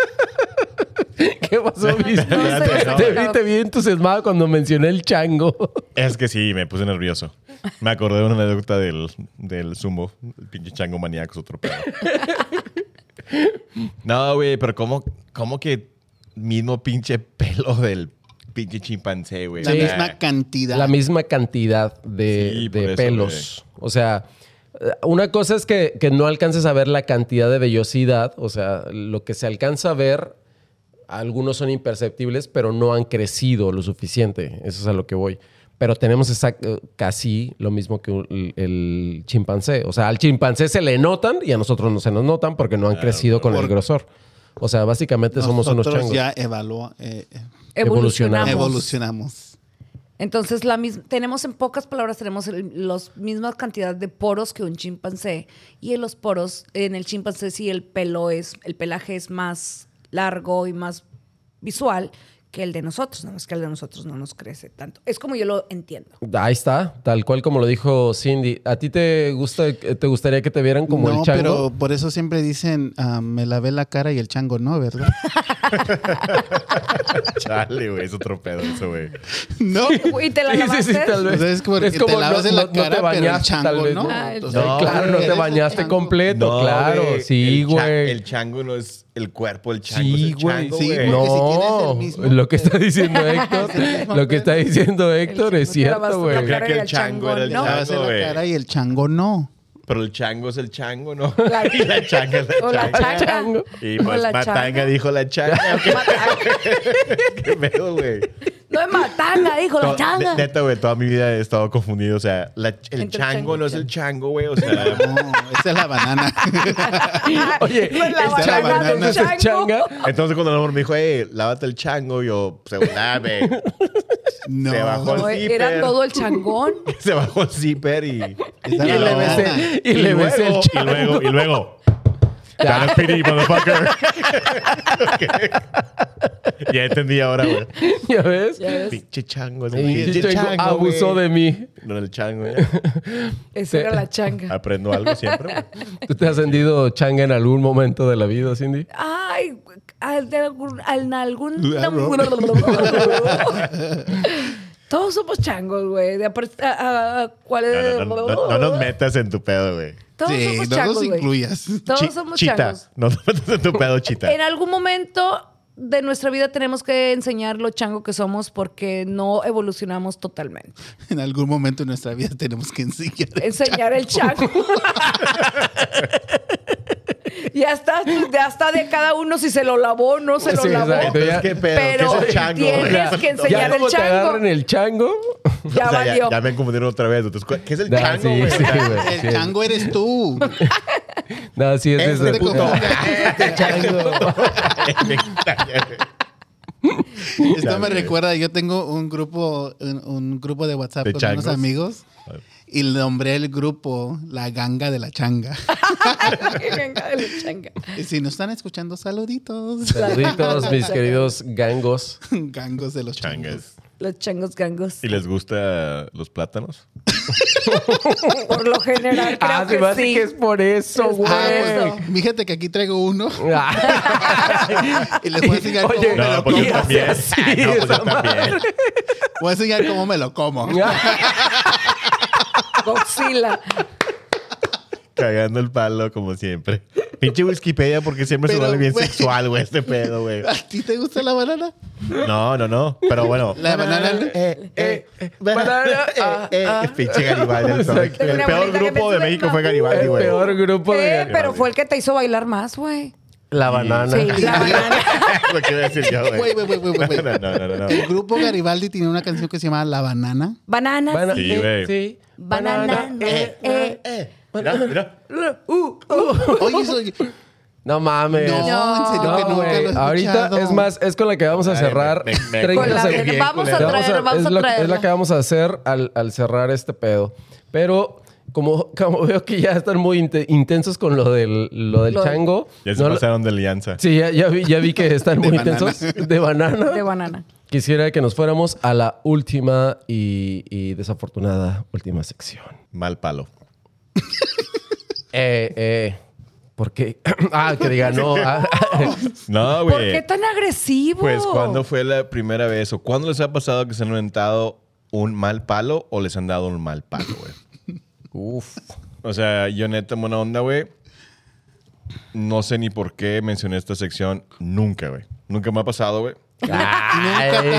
[SPEAKER 2] ¿Qué pasó, Luis?
[SPEAKER 3] Espérate,
[SPEAKER 1] no.
[SPEAKER 2] Te vi, te vi entusiasmado cuando mencioné el chango.
[SPEAKER 1] Es que sí, me puse nervioso. Me acordé de una anécdota del, del sumo, el pinche chango maníaco, su otro pedo. <laughs> No, güey, pero ¿cómo, ¿cómo que mismo pinche pelo del pinche chimpancé, güey?
[SPEAKER 4] La
[SPEAKER 1] O sea,
[SPEAKER 4] misma cantidad.
[SPEAKER 2] La misma cantidad de,
[SPEAKER 1] Sí,
[SPEAKER 2] de
[SPEAKER 1] por eso,
[SPEAKER 2] pelos. O sea, eh, una cosa es que, que no alcances a ver la cantidad de vellosidad. O sea, lo que se alcanza a ver, algunos son imperceptibles, pero no han crecido lo suficiente. Eso es a lo que voy. Pero tenemos exact- eh, casi lo mismo que un- el, el chimpancé. O sea, al chimpancé se le notan y a nosotros no se nos notan porque no han crecido con el grosor. O sea, básicamente somos unos
[SPEAKER 4] Nosotros
[SPEAKER 2] changos.
[SPEAKER 4] ya evalua- eh, eh,
[SPEAKER 2] Evolucionamos.
[SPEAKER 3] Evolucionamos.
[SPEAKER 4] evolucionamos.
[SPEAKER 3] Entonces, la mis- tenemos en pocas palabras, tenemos el- los mismas cantidad de poros que un chimpancé. Y en los poros, en el chimpancé sí el pelo es, el pelaje es más largo y más visual que el de nosotros, nada más que el de nosotros no nos crece tanto. Es como yo lo entiendo.
[SPEAKER 2] Ahí está, tal cual como lo dijo Cindy. ¿A ti te gusta, te gustaría que te vieran como
[SPEAKER 4] no,
[SPEAKER 2] el chango?
[SPEAKER 4] pero por eso siempre dicen, ah, me lavé la cara y el chango no, ¿verdad?
[SPEAKER 1] Chale, güey, es otro pedo eso, güey.
[SPEAKER 4] no.
[SPEAKER 3] ¿Y te la
[SPEAKER 2] Sí, sí,
[SPEAKER 3] lavaste?
[SPEAKER 2] sí, tal vez.
[SPEAKER 4] O sea, es como que te lavas en la cara, pero el chango no.
[SPEAKER 3] Ah, el
[SPEAKER 2] O sea,
[SPEAKER 1] chango.
[SPEAKER 2] claro, no te
[SPEAKER 4] Eres
[SPEAKER 2] bañaste
[SPEAKER 4] el chango.
[SPEAKER 2] completo,
[SPEAKER 1] No,
[SPEAKER 2] claro,
[SPEAKER 1] güey,
[SPEAKER 2] sí,
[SPEAKER 1] el cha-
[SPEAKER 2] güey.
[SPEAKER 1] El chango no es el cuerpo, el chango es
[SPEAKER 2] Sí,
[SPEAKER 1] el
[SPEAKER 2] güey.
[SPEAKER 1] chango,
[SPEAKER 4] sí,
[SPEAKER 1] güey.
[SPEAKER 4] porque si tienes
[SPEAKER 2] no,
[SPEAKER 4] el mismo
[SPEAKER 2] lo que está
[SPEAKER 4] <laughs>
[SPEAKER 2] diciendo Héctor, lo que está diciendo Héctor es
[SPEAKER 3] chango te lavaste
[SPEAKER 2] cierto,
[SPEAKER 3] la
[SPEAKER 2] güey.
[SPEAKER 3] cara.
[SPEAKER 1] Creo que
[SPEAKER 3] era
[SPEAKER 1] el
[SPEAKER 3] el
[SPEAKER 1] chango era el
[SPEAKER 4] Te
[SPEAKER 3] chango, <laughs>
[SPEAKER 1] chango,
[SPEAKER 4] lavas en la
[SPEAKER 1] güey.
[SPEAKER 4] cara y el chango no.
[SPEAKER 1] Pero el chango es el chango, ¿no?
[SPEAKER 3] La-
[SPEAKER 1] <laughs> y la changa es
[SPEAKER 3] O la
[SPEAKER 1] la changa.
[SPEAKER 3] chaca.
[SPEAKER 1] Y
[SPEAKER 3] O
[SPEAKER 1] pues
[SPEAKER 3] la
[SPEAKER 1] Matanga
[SPEAKER 3] changa.
[SPEAKER 1] dijo la
[SPEAKER 3] <laughs>
[SPEAKER 1] changa. ¿Qué,
[SPEAKER 3] Matanga.
[SPEAKER 1] qué pedo, güey?
[SPEAKER 3] No es matanga, dijo la
[SPEAKER 1] To-
[SPEAKER 3] changa.
[SPEAKER 1] ne- Neta, güey, toda mi vida he estado confundido. O sea, la- el
[SPEAKER 3] Entre
[SPEAKER 1] chango
[SPEAKER 3] chango y
[SPEAKER 1] no es el chango, güey. O
[SPEAKER 3] <laughs>
[SPEAKER 1] sea,
[SPEAKER 4] No, esa es la banana.
[SPEAKER 2] Oye,
[SPEAKER 3] No es la
[SPEAKER 2] el
[SPEAKER 4] banana,
[SPEAKER 2] chango,
[SPEAKER 4] no
[SPEAKER 3] es
[SPEAKER 2] entonces el
[SPEAKER 3] chango.
[SPEAKER 2] changa.
[SPEAKER 1] entonces cuando el amor me dijo, eh, lávate el chango, yo, pues, se lave.
[SPEAKER 4] No.
[SPEAKER 1] Se bajó
[SPEAKER 3] No,
[SPEAKER 1] el
[SPEAKER 3] era
[SPEAKER 1] zipper.
[SPEAKER 3] todo el changón.
[SPEAKER 1] <laughs> Se bajó el zipper y.
[SPEAKER 4] Esa
[SPEAKER 2] Y
[SPEAKER 4] es la
[SPEAKER 2] le
[SPEAKER 4] banana.
[SPEAKER 2] besé, y le besé el
[SPEAKER 1] luego-
[SPEAKER 2] chango.
[SPEAKER 1] Y luego, y luego. Dale PD, motherfucker. <laughs> Ok. Ya entendí ahora, güey.
[SPEAKER 2] <laughs> ¿Ya ves?
[SPEAKER 3] Ya ves,
[SPEAKER 1] Pinche chango. es un
[SPEAKER 2] El
[SPEAKER 1] pinche
[SPEAKER 2] chango
[SPEAKER 1] chango,
[SPEAKER 2] abusó
[SPEAKER 1] güey.
[SPEAKER 2] de mí.
[SPEAKER 1] No, el chango, ya.
[SPEAKER 3] Esa era la changa.
[SPEAKER 1] Aprendo algo siempre. güey.
[SPEAKER 2] ¿Tú te has sentido changa en algún momento de la vida, Cindy?
[SPEAKER 3] Ay, al de algún, al- en algún... <laughs> Todos somos changos, güey. De apar- a- a- a- ¿Cuál es?
[SPEAKER 1] No, no, no, no, no
[SPEAKER 3] <laughs>
[SPEAKER 1] nos metas en tu pedo, güey.
[SPEAKER 3] Todos
[SPEAKER 4] Sí,
[SPEAKER 3] somos
[SPEAKER 4] no
[SPEAKER 3] changos,
[SPEAKER 4] los
[SPEAKER 3] güey.
[SPEAKER 4] incluyas.
[SPEAKER 3] Todos
[SPEAKER 1] Chi-
[SPEAKER 3] somos
[SPEAKER 1] chita.
[SPEAKER 3] changos.
[SPEAKER 1] No nos metas en tu pedo, chita.
[SPEAKER 3] En algún momento de nuestra vida tenemos que enseñar lo chango que somos porque no evolucionamos totalmente.
[SPEAKER 1] <laughs>
[SPEAKER 4] En algún momento de nuestra vida tenemos que enseñar.
[SPEAKER 3] Enseñar el chango.
[SPEAKER 1] <laughs>
[SPEAKER 3] <laughs> ya está, ya está de cada uno si se lo lavó o no se lo
[SPEAKER 2] Sí,
[SPEAKER 3] lavó.
[SPEAKER 2] exacto.
[SPEAKER 1] Entonces, ¿qué pedo? ¿Qué
[SPEAKER 3] Pero
[SPEAKER 1] es el chango?
[SPEAKER 3] tienes que
[SPEAKER 2] Ya
[SPEAKER 3] enseñar el
[SPEAKER 2] como te
[SPEAKER 3] chango.
[SPEAKER 2] agarran el chango.
[SPEAKER 3] Ya
[SPEAKER 1] O sea,
[SPEAKER 3] valió.
[SPEAKER 1] ya me confundieron otra vez. Entonces, ¿cu- ¿Qué es el
[SPEAKER 2] Ah,
[SPEAKER 1] chango,
[SPEAKER 2] sí,
[SPEAKER 1] güey? <laughs>
[SPEAKER 2] sí, güey.
[SPEAKER 4] El
[SPEAKER 2] Sí.
[SPEAKER 4] chango eres tú.
[SPEAKER 2] No, sí, es
[SPEAKER 4] Este
[SPEAKER 2] desde
[SPEAKER 4] te confunde. Este chango. Esto me
[SPEAKER 1] Chango.
[SPEAKER 4] recuerda, yo tengo un grupo, un, un grupo de WhatsApp
[SPEAKER 1] ¿De
[SPEAKER 4] con
[SPEAKER 1] changos?
[SPEAKER 4] unos amigos y le nombré el grupo La Ganga de la Changa.
[SPEAKER 3] <laughs> Venga, el chango.
[SPEAKER 4] Y si nos están escuchando, saluditos.
[SPEAKER 2] Saluditos, mis queridos gangos.
[SPEAKER 4] <laughs> Gangos de los changos.
[SPEAKER 1] Changas.
[SPEAKER 3] Los changos gangos.
[SPEAKER 1] ¿Y les gusta los plátanos?
[SPEAKER 3] Por
[SPEAKER 2] <laughs>
[SPEAKER 3] lo general, creo
[SPEAKER 2] Ah, se me
[SPEAKER 3] que
[SPEAKER 2] hace
[SPEAKER 3] sí.
[SPEAKER 2] que es por eso,
[SPEAKER 3] Es
[SPEAKER 2] güey.
[SPEAKER 3] por
[SPEAKER 4] Ah,
[SPEAKER 3] eso.
[SPEAKER 4] pues, fíjate que aquí traigo uno
[SPEAKER 2] Ah,
[SPEAKER 4] y les voy a enseñar,
[SPEAKER 2] Oye,
[SPEAKER 4] cómo, me
[SPEAKER 1] No,
[SPEAKER 4] lo
[SPEAKER 1] pues
[SPEAKER 4] como.
[SPEAKER 1] yo
[SPEAKER 2] comías
[SPEAKER 3] <laughs>
[SPEAKER 1] también. Ah,
[SPEAKER 2] así,
[SPEAKER 1] no, pues yo
[SPEAKER 2] esa
[SPEAKER 1] también.
[SPEAKER 4] Voy a enseñar cómo me lo como.
[SPEAKER 3] Godzilla.
[SPEAKER 1] Cagando el palo, como siempre. Pinche Wikipedia, porque siempre se
[SPEAKER 4] Pero,
[SPEAKER 1] vuelve bien
[SPEAKER 4] güey.
[SPEAKER 1] sexual, güey, este pedo, güey.
[SPEAKER 4] ¿A ti te gusta la banana?
[SPEAKER 1] No, no, no. Pero bueno.
[SPEAKER 4] La banana.
[SPEAKER 1] Eh, eh, eh,
[SPEAKER 2] Banana,
[SPEAKER 1] eh,
[SPEAKER 2] ah,
[SPEAKER 1] eh,
[SPEAKER 2] ah.
[SPEAKER 1] Pinche Garibaldi. el peor-
[SPEAKER 2] Exacto.
[SPEAKER 1] El
[SPEAKER 3] Una
[SPEAKER 1] peor
[SPEAKER 3] bonita que
[SPEAKER 1] grupo de
[SPEAKER 3] me
[SPEAKER 1] México fue
[SPEAKER 3] suena.
[SPEAKER 1] Garibaldi,
[SPEAKER 2] el
[SPEAKER 1] güey.
[SPEAKER 2] peor grupo
[SPEAKER 3] Eh,
[SPEAKER 2] de.
[SPEAKER 3] pero fue el que te hizo bailar más, güey.
[SPEAKER 2] La banana.
[SPEAKER 3] Sí, la banana.
[SPEAKER 1] <laughs> Lo que iba a decir yo, güey.
[SPEAKER 4] Güey, güey, güey, güey, güey.
[SPEAKER 1] <laughs> No, no, no, no.
[SPEAKER 2] Eh,
[SPEAKER 4] El grupo Garibaldi tiene una canción que se llama La Banana.
[SPEAKER 3] Bananas.
[SPEAKER 2] Bana-
[SPEAKER 1] Sí,
[SPEAKER 2] eh,
[SPEAKER 1] güey.
[SPEAKER 2] sí.
[SPEAKER 3] Banana,
[SPEAKER 2] eh,
[SPEAKER 3] eh,
[SPEAKER 1] Eh, mira, mira.
[SPEAKER 3] Uh, uh.
[SPEAKER 4] Oye, soy-
[SPEAKER 2] No mames.
[SPEAKER 4] Este, No, en serio
[SPEAKER 2] No,
[SPEAKER 4] que nunca
[SPEAKER 2] güey.
[SPEAKER 4] lo he
[SPEAKER 2] Ahorita,
[SPEAKER 4] escuchado.
[SPEAKER 2] es más, es con la que vamos a
[SPEAKER 1] Ay,
[SPEAKER 2] cerrar.
[SPEAKER 1] me- me- me-
[SPEAKER 2] 30
[SPEAKER 3] Con la
[SPEAKER 2] segundos.
[SPEAKER 3] que vamos a
[SPEAKER 2] Le
[SPEAKER 3] traer, vamos
[SPEAKER 2] es
[SPEAKER 3] a
[SPEAKER 2] lo que- Es
[SPEAKER 3] traerla.
[SPEAKER 2] la que vamos a hacer al, al cerrar este pedo. Pero como, como veo que ya están muy inte- intensos con lo del, lo del
[SPEAKER 3] Lo-
[SPEAKER 2] chango.
[SPEAKER 1] Ya se
[SPEAKER 2] no lo-
[SPEAKER 1] pasaron de alianza.
[SPEAKER 2] Sí, ya, ya vi, ya vi que están
[SPEAKER 4] <laughs> De
[SPEAKER 2] muy
[SPEAKER 4] banana.
[SPEAKER 2] intensos. De banana.
[SPEAKER 3] De banana.
[SPEAKER 2] Eh, Quisiera que nos fuéramos a la última y, y desafortunada última sección.
[SPEAKER 1] Mal palo.
[SPEAKER 2] Eh, eh. Porque. <clears throat> ah, que diga no. ah, <laughs>
[SPEAKER 1] No,
[SPEAKER 3] ¿Por qué
[SPEAKER 1] güey.
[SPEAKER 3] tan agresivo?
[SPEAKER 1] Pues, ¿cuándo fue la primera vez o cuándo les ha pasado que se han inventado un mal palo o les han dado un mal palo, güey?
[SPEAKER 2] uf.
[SPEAKER 1] O sea, yo neta, buena onda, güey. No sé ni por qué mencioné esta sección nunca, güey. Nunca me ha pasado, güey.
[SPEAKER 2] Ay,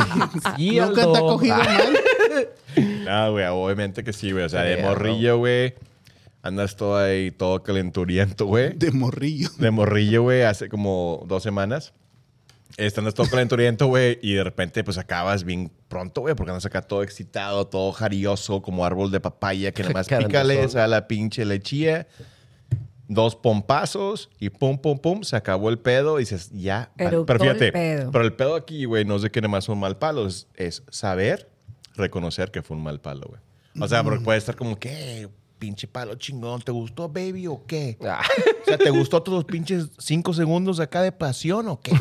[SPEAKER 2] sí,
[SPEAKER 4] Nunca te ha
[SPEAKER 2] Aldo.
[SPEAKER 4] cogido
[SPEAKER 2] Ah,
[SPEAKER 4] mal.
[SPEAKER 1] No, güey, obviamente que sí, güey. O sea, de
[SPEAKER 2] Perro.
[SPEAKER 1] morrillo, güey. Andas todo ahí, todo calenturiento, güey.
[SPEAKER 4] <laughs> De morrillo.
[SPEAKER 1] De morrillo, güey, hace como dos semanas. Este, andas todo calenturiento, güey, y de repente, pues, acabas bien pronto, güey, porque andas acá todo excitado, todo jarioso, como árbol de papaya, que nada más
[SPEAKER 2] Calentazón.
[SPEAKER 1] pícales a la pinche lechía. Dos pompazos y pum, pum, pum, se acabó el pedo y dices, ya. vale.
[SPEAKER 3] Eructó
[SPEAKER 1] Pero fíjate,
[SPEAKER 3] el pedo.
[SPEAKER 1] pero el pedo aquí, güey, no es de que nada más fue un mal palo, es, es saber reconocer que fue un mal palo, güey. O sea,
[SPEAKER 3] Mm.
[SPEAKER 1] porque puede estar como, ¿qué? Pinche palo chingón, ¿te gustó, baby, o qué?
[SPEAKER 2] Ah,
[SPEAKER 1] O sea, ¿te gustó todos los pinches cinco segundos acá de pasión <laughs> o qué?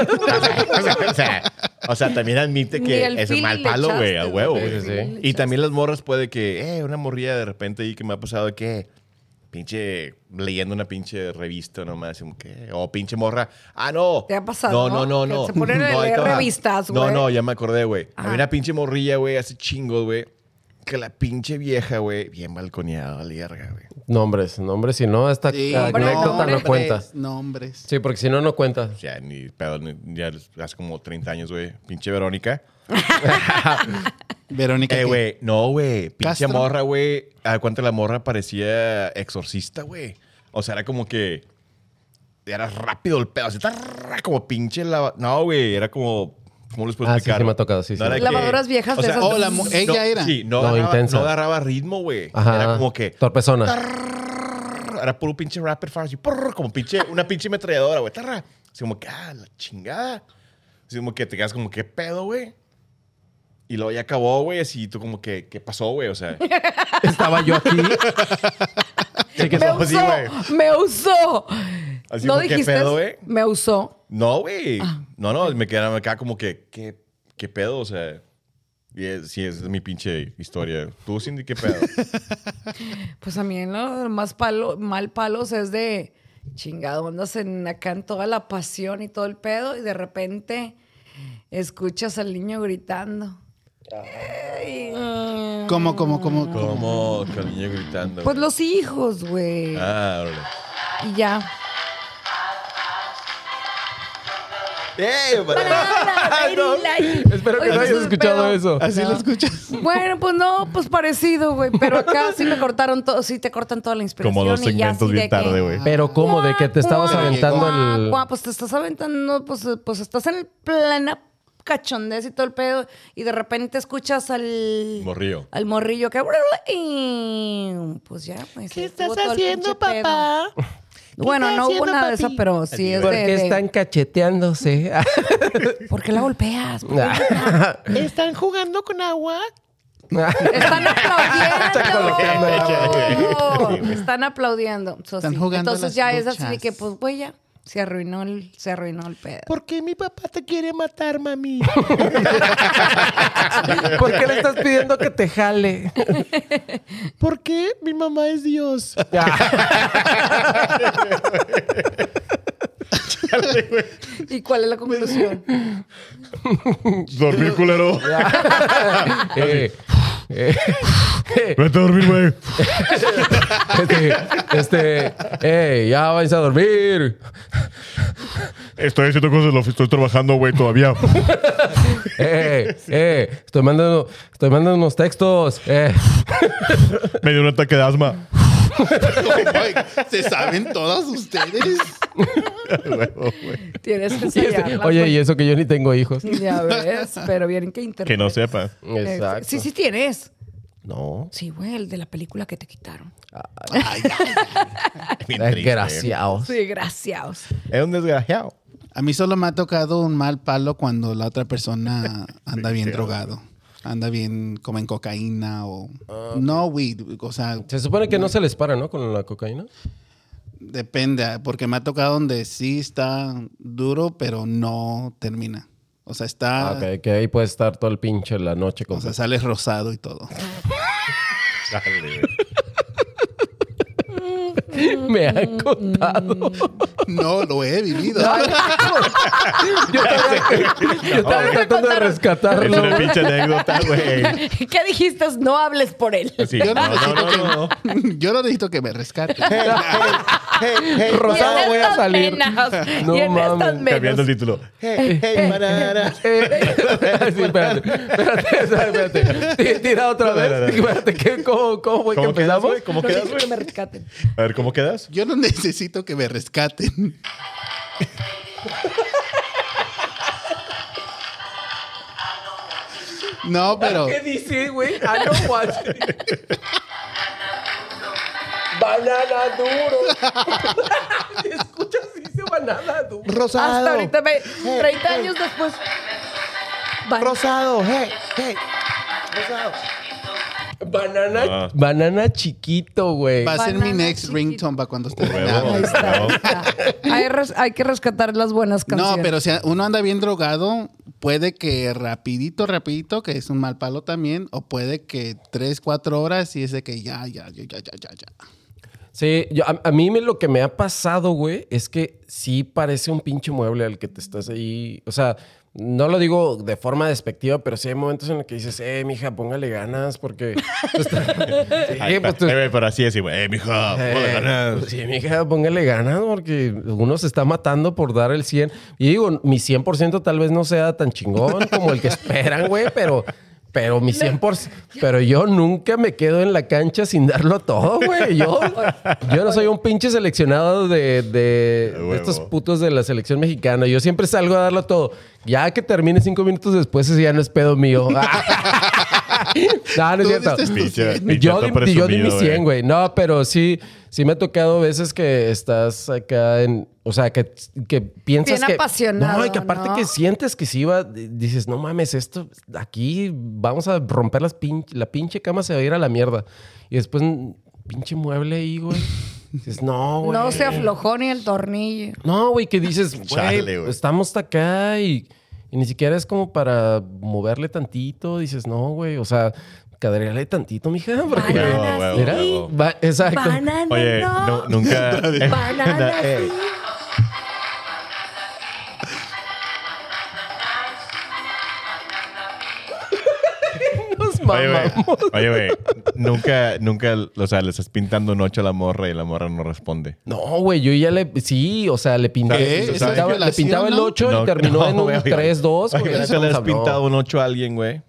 [SPEAKER 1] o, sea, o sea, o sea, también admite
[SPEAKER 3] Ni
[SPEAKER 1] que
[SPEAKER 3] el
[SPEAKER 1] es un
[SPEAKER 3] feeling
[SPEAKER 1] mal
[SPEAKER 3] le
[SPEAKER 1] palo,
[SPEAKER 3] echaste,
[SPEAKER 1] güey, a huevo,
[SPEAKER 3] güey.
[SPEAKER 1] güey.
[SPEAKER 2] Sí, sí, sí.
[SPEAKER 1] Y también las morras puede que, eh, una morrilla de repente ahí que me ha pasado que pinche leyendo una pinche revista nomás, como que, o pinche morra, ah, no.
[SPEAKER 3] ¿Te ha pasado?
[SPEAKER 1] No, no, no,
[SPEAKER 3] Que
[SPEAKER 1] no.
[SPEAKER 3] se ponen a
[SPEAKER 1] No, ahí
[SPEAKER 3] leer
[SPEAKER 1] te va.
[SPEAKER 3] revistas,
[SPEAKER 1] No,
[SPEAKER 3] güey. Ah.
[SPEAKER 1] no, ya me acordé, güey.
[SPEAKER 3] Ajá.
[SPEAKER 1] Había una pinche morrilla, güey, hace chingos, güey, que la pinche vieja, güey, bien balconeada, la verga, güey.
[SPEAKER 2] Nombres, nombres, si no, esta
[SPEAKER 4] Sí,
[SPEAKER 2] ah,
[SPEAKER 3] Hombre,
[SPEAKER 2] anécdota no
[SPEAKER 3] nombres.
[SPEAKER 2] cuenta.
[SPEAKER 4] Nombres.
[SPEAKER 2] Sí, porque si no, no cuenta.
[SPEAKER 1] pues Ya, ni pedo, ni- ya hace como 30 años, güey. Pinche Verónica.
[SPEAKER 4] Verónica.
[SPEAKER 1] Eh,
[SPEAKER 4] ¿qué?
[SPEAKER 1] güey, no, güey. Pinche
[SPEAKER 4] Castro.
[SPEAKER 1] morra, güey. A cuánto la morra parecía exorcista, güey. O sea, era como que. Era rápido el pedo. O sea, tarra, como pinche la. No, güey. Era como. ¿Cómo les puedo
[SPEAKER 2] Ah, sí,
[SPEAKER 1] explicar?
[SPEAKER 2] sí me ha tocado, sí, sí.
[SPEAKER 1] era que-
[SPEAKER 3] Lavadoras viejas de esas.
[SPEAKER 4] Oh, la mo- ella
[SPEAKER 1] no,
[SPEAKER 4] era.
[SPEAKER 1] Sí, no,
[SPEAKER 2] No,
[SPEAKER 1] agarraba,
[SPEAKER 2] intensa.
[SPEAKER 1] no agarraba ritmo, güey.
[SPEAKER 2] Ajá.
[SPEAKER 1] Era como que.
[SPEAKER 2] Torpezona.
[SPEAKER 1] Era puro pinche rapid fire, así, porr, como pinche, una pinche ametralladora, güey. Tarra. Así como que, ah, la chingada. Así como que te quedas como, ¿qué pedo, güey? Y luego ya acabó, güey, así tú como que, ¿qué pasó, güey? O sea,
[SPEAKER 2] Estaba yo aquí. Sí, que
[SPEAKER 3] Me
[SPEAKER 1] No,
[SPEAKER 3] usó,
[SPEAKER 1] sí, güey.
[SPEAKER 3] me usó.
[SPEAKER 1] Así
[SPEAKER 3] no
[SPEAKER 1] como, ¿qué
[SPEAKER 3] dijiste,
[SPEAKER 1] pedo,
[SPEAKER 2] eh.
[SPEAKER 1] güey?
[SPEAKER 3] me usó.
[SPEAKER 1] no, güey. No, no, me quedaba me quedaba como que, ¿qué, qué pedo? O sea, y es, sí, es mi pinche historia. Tú, Cindy, ¿qué pedo?
[SPEAKER 3] Pues a mí lo más palo, mal palos es de chingado, andas en acá en toda la pasión y todo el pedo y de repente escuchas al niño gritando. Ey.
[SPEAKER 4] ¿Cómo, cómo, cómo? cómo?
[SPEAKER 1] ¿Cómo que el niño gritando? güey?
[SPEAKER 3] Pues los hijos, güey.
[SPEAKER 1] Ah, órale.
[SPEAKER 3] Y ya.
[SPEAKER 1] ¡Eh!
[SPEAKER 2] <laughs> Espero que
[SPEAKER 3] Oye, pues,
[SPEAKER 2] no hayas
[SPEAKER 3] eso es
[SPEAKER 2] escuchado
[SPEAKER 3] pedo.
[SPEAKER 2] eso.
[SPEAKER 4] Así lo <laughs> escuchas.
[SPEAKER 3] Bueno, pues no, pues parecido, güey. Pero acá sí me cortaron todo, sí te cortan toda la inspiración.
[SPEAKER 1] Como dos
[SPEAKER 3] y ya
[SPEAKER 1] segmentos
[SPEAKER 3] así
[SPEAKER 1] bien
[SPEAKER 3] de
[SPEAKER 1] tarde,
[SPEAKER 3] que-
[SPEAKER 1] güey.
[SPEAKER 2] Pero ¿cómo? ¿De que te estabas
[SPEAKER 4] Guau,
[SPEAKER 2] aventando
[SPEAKER 3] guau,
[SPEAKER 2] el...?
[SPEAKER 3] guau, pues te estás aventando, pues, eh, pues estás en el plena cachondez y todo el pedo. Y de repente escuchas al.
[SPEAKER 1] Morrillo.
[SPEAKER 3] Al morrillo que. Y, pues ya, pues. ¿Qué estás haciendo, papá? Bueno, no hubo nada de eso, pero sí es de.
[SPEAKER 2] ¿Por qué
[SPEAKER 3] pues, de-
[SPEAKER 2] están
[SPEAKER 3] <laughs>
[SPEAKER 2] cacheteándose?
[SPEAKER 3] ¿Por qué la golpeas? ¿Por qué
[SPEAKER 2] Ah.
[SPEAKER 3] gritas?
[SPEAKER 5] ¿Están jugando con agua?
[SPEAKER 3] Están aplaudiendo.
[SPEAKER 1] Chacoleando.
[SPEAKER 3] Están aplaudiendo. So,
[SPEAKER 4] Están
[SPEAKER 3] sí.
[SPEAKER 4] jugando
[SPEAKER 3] Entonces
[SPEAKER 4] las
[SPEAKER 3] ya es así
[SPEAKER 4] luchas.
[SPEAKER 3] de que, pues, güey, ya. Se arruinó el, se arruinó el pedo.
[SPEAKER 5] ¿Por qué mi papá te quiere matar, mami?
[SPEAKER 2] ¿Por qué le estás pidiendo que te jale?
[SPEAKER 5] ¿Por qué mi mamá es Dios?
[SPEAKER 2] <laughs>
[SPEAKER 3] ¿Y cuál es la conclusión?
[SPEAKER 1] Dormir, culero.
[SPEAKER 2] Eh, eh,
[SPEAKER 1] Vete a dormir, güey.
[SPEAKER 2] este, este, eh, ya vais a dormir.
[SPEAKER 1] Estoy haciendo cosas, lo estoy trabajando, güey, todavía.
[SPEAKER 2] Eh, eh, estoy mandando, estoy mandando unos textos. Eh.
[SPEAKER 1] Me dio un ataque de asma.
[SPEAKER 4] Se saben todas ustedes.
[SPEAKER 2] <laughs>
[SPEAKER 3] Tienes
[SPEAKER 2] Y
[SPEAKER 3] que
[SPEAKER 2] este,
[SPEAKER 3] ensayarla,
[SPEAKER 2] oye, y eso que yo ni tengo hijos.
[SPEAKER 3] pues. Ya ves,
[SPEAKER 2] <laughs>
[SPEAKER 3] pero bien que internet.
[SPEAKER 1] Que no sepa.
[SPEAKER 2] Exacto.
[SPEAKER 3] Sí, sí tienes.
[SPEAKER 2] No.
[SPEAKER 3] Sí, güey, el de la película que te quitaron.
[SPEAKER 1] Bien triste.
[SPEAKER 2] Desgraciados.
[SPEAKER 3] Sí, gracias. <laughs>
[SPEAKER 1] Es un desgraciado.
[SPEAKER 4] A mí solo me ha tocado un mal palo cuando la otra persona anda bien drogado. Anda bien como en cocaína o... No weed, o sea,
[SPEAKER 2] Se supone que no se les para, ¿no? Con la cocaína.
[SPEAKER 4] depende. ah, Porque me ha tocado donde sí está duro, pero no termina. O sea, está...
[SPEAKER 2] Ah, ok, que ahí puede estar todo el pinche la noche con.
[SPEAKER 4] O sea, sales rosado y todo.
[SPEAKER 1] Chale, <laughs> güey.
[SPEAKER 2] Me
[SPEAKER 3] Mm.
[SPEAKER 2] han
[SPEAKER 3] <laughs>
[SPEAKER 2] contado.
[SPEAKER 4] No lo he vivido. <laughs>
[SPEAKER 2] <laughs> Yo estaba, yo estaba tratando
[SPEAKER 3] No,
[SPEAKER 2] de
[SPEAKER 3] contaron.
[SPEAKER 1] Es
[SPEAKER 2] rescatarlo.
[SPEAKER 1] una pinche anécdota, güey. Pues
[SPEAKER 3] ¿Qué dijiste? No hables por él.
[SPEAKER 1] Sí, no,
[SPEAKER 4] Yo no
[SPEAKER 1] no,
[SPEAKER 4] necesito
[SPEAKER 1] no, no.
[SPEAKER 4] <laughs> Yo no necesito que me rescate.
[SPEAKER 2] Rosado
[SPEAKER 3] Y en
[SPEAKER 2] voy a
[SPEAKER 3] estas
[SPEAKER 2] salir.
[SPEAKER 3] menos.
[SPEAKER 2] No
[SPEAKER 3] Y en
[SPEAKER 2] mames.
[SPEAKER 3] estas menos.
[SPEAKER 1] Cambiando el título. Hey, hey, banana.
[SPEAKER 2] Eh, <laughs> sí, espérate, espérate, espérate. T- Tira otra vez.
[SPEAKER 1] No, no, no.
[SPEAKER 2] Espérate, ¿qué- ¿cómo, cómo fue que
[SPEAKER 1] ¿Cómo quedas,
[SPEAKER 2] empezamos?
[SPEAKER 1] güey? ¿Cómo
[SPEAKER 3] No
[SPEAKER 1] quedas,
[SPEAKER 3] quiero que me
[SPEAKER 1] güey?
[SPEAKER 3] rescaten.
[SPEAKER 1] A ver, ¿cómo quedas?
[SPEAKER 4] Yo no necesito que me rescaten. No, pero
[SPEAKER 2] ¿Qué dice, güey? Ah, I know what. banana duro. <laughs> ¿Te escuchas? Dice banana duro.
[SPEAKER 5] Rosado.
[SPEAKER 3] Hasta ahorita, me, 30 años después. Van-
[SPEAKER 5] Rosado, hey, hey. Rosado.
[SPEAKER 2] Banana,
[SPEAKER 1] Ah.
[SPEAKER 2] banana chiquito, güey.
[SPEAKER 4] va a ser mi
[SPEAKER 3] Banana
[SPEAKER 4] next
[SPEAKER 3] chiquito.
[SPEAKER 4] ringtone para cuando esté
[SPEAKER 1] Huevo.
[SPEAKER 3] Ahí está, ahí está. Hay, res- hay que rescatar las buenas canciones.
[SPEAKER 4] No, pero si uno anda bien drogado, puede que rapidito, rapidito, que es un mal palo también, o puede que tres, cuatro horas y es de que ya, ya, ya, ya, ya, ya, ya.
[SPEAKER 2] Sí, yo- a, a mí me- lo que me ha pasado, güey, es que sí parece un pinche mueble al que te estás ahí. O sea, no lo digo de forma despectiva, pero sí hay momentos en los que dices, eh, mija, póngale ganas, porque. tú estás- <laughs> sí,
[SPEAKER 1] Ay,
[SPEAKER 2] pues
[SPEAKER 1] pa-
[SPEAKER 2] tú-
[SPEAKER 1] eh, güey, pero así es, güey. Eh, mijo, ponle
[SPEAKER 2] eh,
[SPEAKER 1] ganas.
[SPEAKER 2] Sí, mija, póngale ganas, porque uno se está matando por dar el 100. Y digo, mi 100% tal vez no sea tan chingón como el que esperan, güey, pero. Pero mi 100%, pero yo nunca me quedo en la cancha sin darlo todo, güey. Yo, yo no soy un pinche seleccionado de, de-
[SPEAKER 1] A
[SPEAKER 2] de
[SPEAKER 1] huevo.
[SPEAKER 2] estos putos de la selección mexicana. Yo siempre salgo a darlo todo. Ya que termine cinco minutos después, ese ya no es pedo mío. <laughs> Ah, no, no es
[SPEAKER 4] Tú
[SPEAKER 2] cierto
[SPEAKER 4] diste tu
[SPEAKER 1] Pinche,
[SPEAKER 4] cien.
[SPEAKER 1] pinche
[SPEAKER 2] yo,
[SPEAKER 1] vato
[SPEAKER 2] di, yo di mi
[SPEAKER 1] presumido,
[SPEAKER 2] 100, güey. No, pero sí, sí me ha tocado veces que estás acá en. O sea, que, que piensas
[SPEAKER 3] Bien
[SPEAKER 2] que.
[SPEAKER 3] apasionado,
[SPEAKER 2] No, y que aparte
[SPEAKER 3] ¿no?
[SPEAKER 2] que sientes que sí va. Dices, no mames, esto. Aquí vamos a romper las pin- la pinche cama, se va a ir a la mierda. Y después, mm, pinche mueble ahí, güey. Dices, no, güey.
[SPEAKER 3] No se aflojó ni el tornillo.
[SPEAKER 2] No, güey, que dices,
[SPEAKER 1] <laughs> Chale,
[SPEAKER 2] güey,
[SPEAKER 1] güey.
[SPEAKER 2] estamos hasta acá y, y ni siquiera es como para moverle tantito. Dices, no, güey, o sea, cadreale tantito, mija, porque...
[SPEAKER 1] Huevo,
[SPEAKER 3] Banana,
[SPEAKER 1] huevo,
[SPEAKER 2] Mira,
[SPEAKER 1] huevo.
[SPEAKER 2] va- exacto.
[SPEAKER 3] Banana,
[SPEAKER 1] Oye,
[SPEAKER 3] no.
[SPEAKER 1] no,
[SPEAKER 2] <laughs>
[SPEAKER 1] nunca. <laughs>
[SPEAKER 3] Banana,
[SPEAKER 1] Eh,
[SPEAKER 3] sí.
[SPEAKER 2] Nos
[SPEAKER 1] Oye, güey.
[SPEAKER 2] mamamos.
[SPEAKER 1] Oye, güey. nunca, nunca, o sea, le estás pintando un ocho a la morra y la morra no responde.
[SPEAKER 2] No, güey, yo ya le. Sí, o sea, le pinté.
[SPEAKER 1] ¿Qué?
[SPEAKER 2] le
[SPEAKER 1] ¿Eso es
[SPEAKER 2] pintaba- le
[SPEAKER 4] violación,
[SPEAKER 2] pintaba el
[SPEAKER 4] no?
[SPEAKER 2] 8
[SPEAKER 1] No,
[SPEAKER 2] y terminó
[SPEAKER 1] no,
[SPEAKER 2] en un
[SPEAKER 1] güey, oiga.
[SPEAKER 2] 3-2. güey,
[SPEAKER 1] Oiga,
[SPEAKER 2] ya
[SPEAKER 1] ¿nunca
[SPEAKER 2] estamos
[SPEAKER 1] le has
[SPEAKER 2] hablando.
[SPEAKER 1] pintado un ocho a alguien, güey?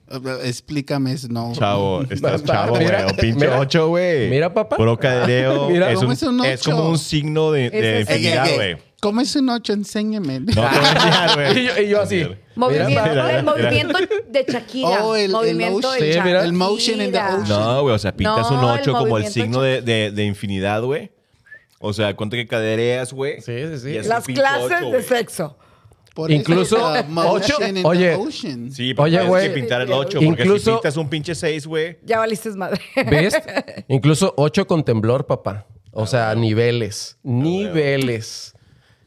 [SPEAKER 4] Explícame, es no. <laughs>
[SPEAKER 1] Chavo, estás chavo, güey.
[SPEAKER 2] mira,
[SPEAKER 1] O pinche
[SPEAKER 2] mira.
[SPEAKER 1] ocho, güey.
[SPEAKER 2] Mira, papá.
[SPEAKER 1] Puro cadereo.
[SPEAKER 2] Mira,
[SPEAKER 1] es,
[SPEAKER 4] ¿cómo
[SPEAKER 1] un-
[SPEAKER 4] es un
[SPEAKER 1] es como
[SPEAKER 4] ocho?
[SPEAKER 1] un signo de, de
[SPEAKER 3] Ese es-
[SPEAKER 1] infinidad,
[SPEAKER 4] Ey, ey, ey,
[SPEAKER 1] güey.
[SPEAKER 4] ¿Cómo es un ocho? Enséñeme.
[SPEAKER 1] No te voy a enseñar, güey.
[SPEAKER 2] Y yo- y yo así.
[SPEAKER 3] Movimiento,
[SPEAKER 1] Mira, mira,
[SPEAKER 3] el
[SPEAKER 1] mira.
[SPEAKER 3] movimiento de Shakira.
[SPEAKER 4] Oh, el- el
[SPEAKER 3] movimiento de
[SPEAKER 4] ocean.
[SPEAKER 2] Sí, mira.
[SPEAKER 3] Shakira.
[SPEAKER 4] El motion in the ocean.
[SPEAKER 1] No, güey, o sea, pintas
[SPEAKER 3] No,
[SPEAKER 1] un
[SPEAKER 3] el
[SPEAKER 1] 8 como el
[SPEAKER 3] movimiento
[SPEAKER 1] signo de, de- de infinidad, güey. O sea, cuánto que cadereas, güey.
[SPEAKER 2] Sí, sí, sí.
[SPEAKER 1] Y haces un
[SPEAKER 3] Las
[SPEAKER 1] pinche
[SPEAKER 3] clases
[SPEAKER 1] ocho,
[SPEAKER 3] de
[SPEAKER 1] güey.
[SPEAKER 3] sexo.
[SPEAKER 4] Por eso
[SPEAKER 2] Incluso,
[SPEAKER 4] está
[SPEAKER 2] <laughs> ocho,
[SPEAKER 4] motion in the
[SPEAKER 2] oye,
[SPEAKER 4] ocean.
[SPEAKER 1] Sí, pero
[SPEAKER 2] Oye,
[SPEAKER 1] Oye,
[SPEAKER 2] güey.
[SPEAKER 1] que pintar el 8, porque si
[SPEAKER 2] Incluso-
[SPEAKER 1] pintas un pinche 6, güey.
[SPEAKER 3] Ya valiste madre. <laughs>
[SPEAKER 2] ¿Ves? Incluso 8 con temblor, papá. O
[SPEAKER 1] Ah,
[SPEAKER 2] sea, niveles. Niveles.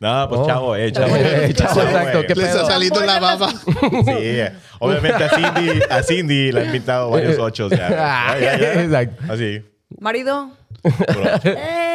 [SPEAKER 1] No, pues
[SPEAKER 2] Oh.
[SPEAKER 1] chavo, eh, chavo.
[SPEAKER 2] Eh, chavo,
[SPEAKER 1] Sí,
[SPEAKER 2] <laughs> exacto,
[SPEAKER 1] güey.
[SPEAKER 2] qué
[SPEAKER 4] Le está
[SPEAKER 2] pedo.
[SPEAKER 4] saliendo la baba.
[SPEAKER 1] <laughs> Sí, obviamente a Cindy, a Cindy le han pintado
[SPEAKER 2] <laughs>
[SPEAKER 1] varios 8, ya. Ya, ya, Ah, ya.
[SPEAKER 2] Ah, Exacto.
[SPEAKER 1] Así.
[SPEAKER 3] Marido.
[SPEAKER 1] puro.
[SPEAKER 3] Eh.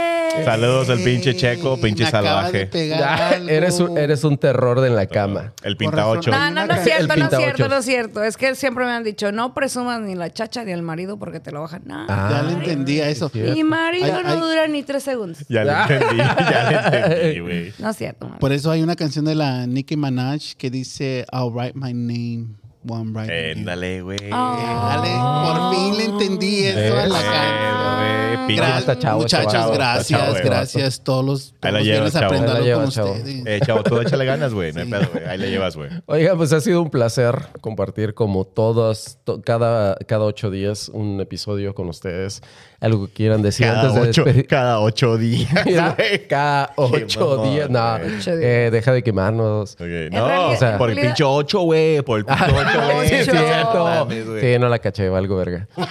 [SPEAKER 1] Saludos al pinche checo, pinche
[SPEAKER 4] Me acaba de
[SPEAKER 1] salvaje.
[SPEAKER 4] pegar
[SPEAKER 2] Ya, <laughs>
[SPEAKER 4] algo.
[SPEAKER 2] eres, un, eres un terror de en
[SPEAKER 1] Ah,
[SPEAKER 2] la cama.
[SPEAKER 1] El
[SPEAKER 4] Por
[SPEAKER 1] pinta
[SPEAKER 4] razón. Ah,
[SPEAKER 1] 8.
[SPEAKER 3] No, no, no es cierto,
[SPEAKER 2] El
[SPEAKER 3] no es cierto,
[SPEAKER 2] pintaochos.
[SPEAKER 3] no es cierto. Es que siempre me han dicho, no presumas ni la chacha ni el marido porque te lo bajan. No.
[SPEAKER 2] Ah,
[SPEAKER 4] Ya le entendía eso.
[SPEAKER 3] Mi marido
[SPEAKER 4] Ah, Ay,
[SPEAKER 3] no
[SPEAKER 4] ay.
[SPEAKER 3] dura ni tres segundos.
[SPEAKER 1] Ya le
[SPEAKER 2] Ah.
[SPEAKER 1] entendí, ya le
[SPEAKER 2] <laughs>
[SPEAKER 1] entendí, güey.
[SPEAKER 3] No es cierto, mami.
[SPEAKER 4] Por eso hay una canción de la Nicki Minaj que dice I'll write my name one right.
[SPEAKER 1] Eh,
[SPEAKER 4] name.
[SPEAKER 1] Éndale, güey.
[SPEAKER 4] Dale, por fin le entendí Ah. eso a la cara.
[SPEAKER 1] Pedo, güey. Eh,
[SPEAKER 4] Gra-
[SPEAKER 1] Pinche-
[SPEAKER 2] está chavo, este
[SPEAKER 4] muchachos,
[SPEAKER 2] vato.
[SPEAKER 4] gracias,
[SPEAKER 1] Está chavo, este
[SPEAKER 4] gracias. Todos los,
[SPEAKER 1] Ahí
[SPEAKER 4] todos
[SPEAKER 1] la
[SPEAKER 4] los
[SPEAKER 1] llevas,
[SPEAKER 4] viernes
[SPEAKER 1] chavo.
[SPEAKER 4] aprendo
[SPEAKER 2] Ahí la
[SPEAKER 4] algo con
[SPEAKER 2] llevas, chavo.
[SPEAKER 4] ustedes.
[SPEAKER 1] Eh, chavo, tú échale ganas, güey. No hay pedo, güey. Ahí le llevas, güey.
[SPEAKER 2] Oiga, pues ha sido un placer compartir como todas, to- cada, cada ocho días un episodio con ustedes. Algo que quieran decir
[SPEAKER 1] Cada
[SPEAKER 2] antes de
[SPEAKER 1] ocho, <laughs>
[SPEAKER 2] despedir.
[SPEAKER 1] cada ocho
[SPEAKER 2] <laughs>
[SPEAKER 1] días,
[SPEAKER 2] Mira,
[SPEAKER 1] güey.
[SPEAKER 2] cada ocho
[SPEAKER 1] mamón,
[SPEAKER 2] días. No,
[SPEAKER 1] güey.
[SPEAKER 3] Ocho
[SPEAKER 2] eh, deja de quemarnos.
[SPEAKER 1] Ok,
[SPEAKER 3] En realidad-
[SPEAKER 1] No, o sea,
[SPEAKER 2] en
[SPEAKER 1] por el
[SPEAKER 3] realidad-
[SPEAKER 1] pinche ocho, güey. Por el pinche <laughs> ocho, güey.
[SPEAKER 2] <laughs> Sí, es
[SPEAKER 3] Ocho.
[SPEAKER 2] cierto.
[SPEAKER 1] Mames, güey.
[SPEAKER 2] Sí, no la caché, algo verga. <laughs>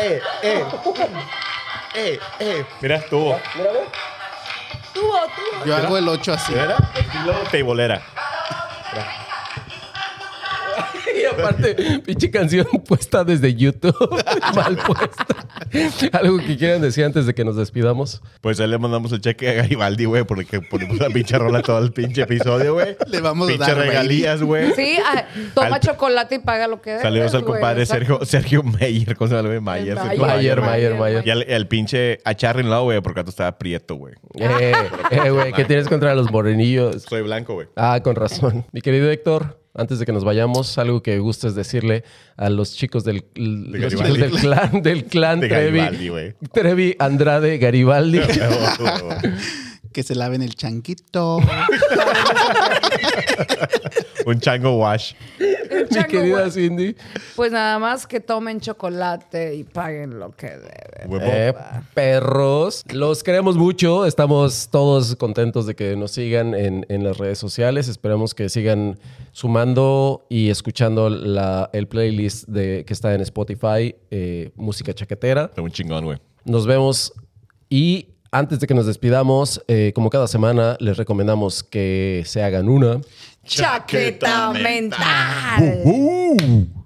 [SPEAKER 1] Eh, eh. Eh, eh. Mira, estuvo.
[SPEAKER 3] Tuvo, tuvo.
[SPEAKER 4] Yo hago el 8 así.
[SPEAKER 1] Mira, estilo teibolera.
[SPEAKER 2] Y aparte, pinche canción <laughs> puesta desde YouTube. <laughs> Mal puesta. Algo que quieran decir antes de que nos despidamos.
[SPEAKER 1] Pues ahí le mandamos el cheque a Garibaldi, güey, porque ponemos la pinche rola todo el pinche episodio, güey.
[SPEAKER 4] Le vamos a
[SPEAKER 1] pinche
[SPEAKER 4] dar, güey.
[SPEAKER 1] regalías, güey.
[SPEAKER 3] Sí, ah, toma
[SPEAKER 1] Al-
[SPEAKER 3] chocolate y paga lo que debes.
[SPEAKER 1] Saludos al
[SPEAKER 3] güey,
[SPEAKER 1] compadre
[SPEAKER 3] exacto.
[SPEAKER 1] Sergio, Sergio Mayer, ¿cómo se llama, güey? Mayer.
[SPEAKER 3] El
[SPEAKER 1] Sergio
[SPEAKER 2] Mayer,
[SPEAKER 1] güey.
[SPEAKER 2] Mayer, Mayer.
[SPEAKER 1] Y al, al pinche a Charrin Law, güey, porque tú estaba prieto, güey.
[SPEAKER 2] Eh, eh, güey, ¿qué tienes contra los morenillos?
[SPEAKER 1] Soy blanco,
[SPEAKER 2] <laughs>
[SPEAKER 1] güey. <laughs>
[SPEAKER 2] Ah, con razón. Mi querido Héctor, antes de que nos vayamos, algo que gustes decirle a los chicos del, los
[SPEAKER 1] Garibaldi.
[SPEAKER 2] chicos del clan, del clan
[SPEAKER 1] De
[SPEAKER 2] Trevi,
[SPEAKER 1] Garibaldi, güey.
[SPEAKER 2] Trevi Andrade
[SPEAKER 1] <laughs>
[SPEAKER 2] Garibaldi.
[SPEAKER 4] Que se laven el chanquito.
[SPEAKER 1] Eh. Un chango wash.
[SPEAKER 2] <laughs>
[SPEAKER 3] El
[SPEAKER 2] Mi
[SPEAKER 3] chango,
[SPEAKER 2] querida
[SPEAKER 3] güey.
[SPEAKER 2] Cindy.
[SPEAKER 3] Pues nada más que tomen chocolate y paguen lo que deben.
[SPEAKER 1] Huevo.
[SPEAKER 2] Eh, perros, los queremos mucho. Estamos todos contentos de que nos sigan en, en las redes sociales. Esperamos que sigan sumando y escuchando la, el playlist de, que está en Spotify, eh, Música Chaquetera.
[SPEAKER 1] Está un chingón, güey.
[SPEAKER 2] Nos vemos y antes de que nos despidamos, eh, como cada semana, les recomendamos que se hagan una.
[SPEAKER 3] Chaqueta mental.
[SPEAKER 1] ¡Uh!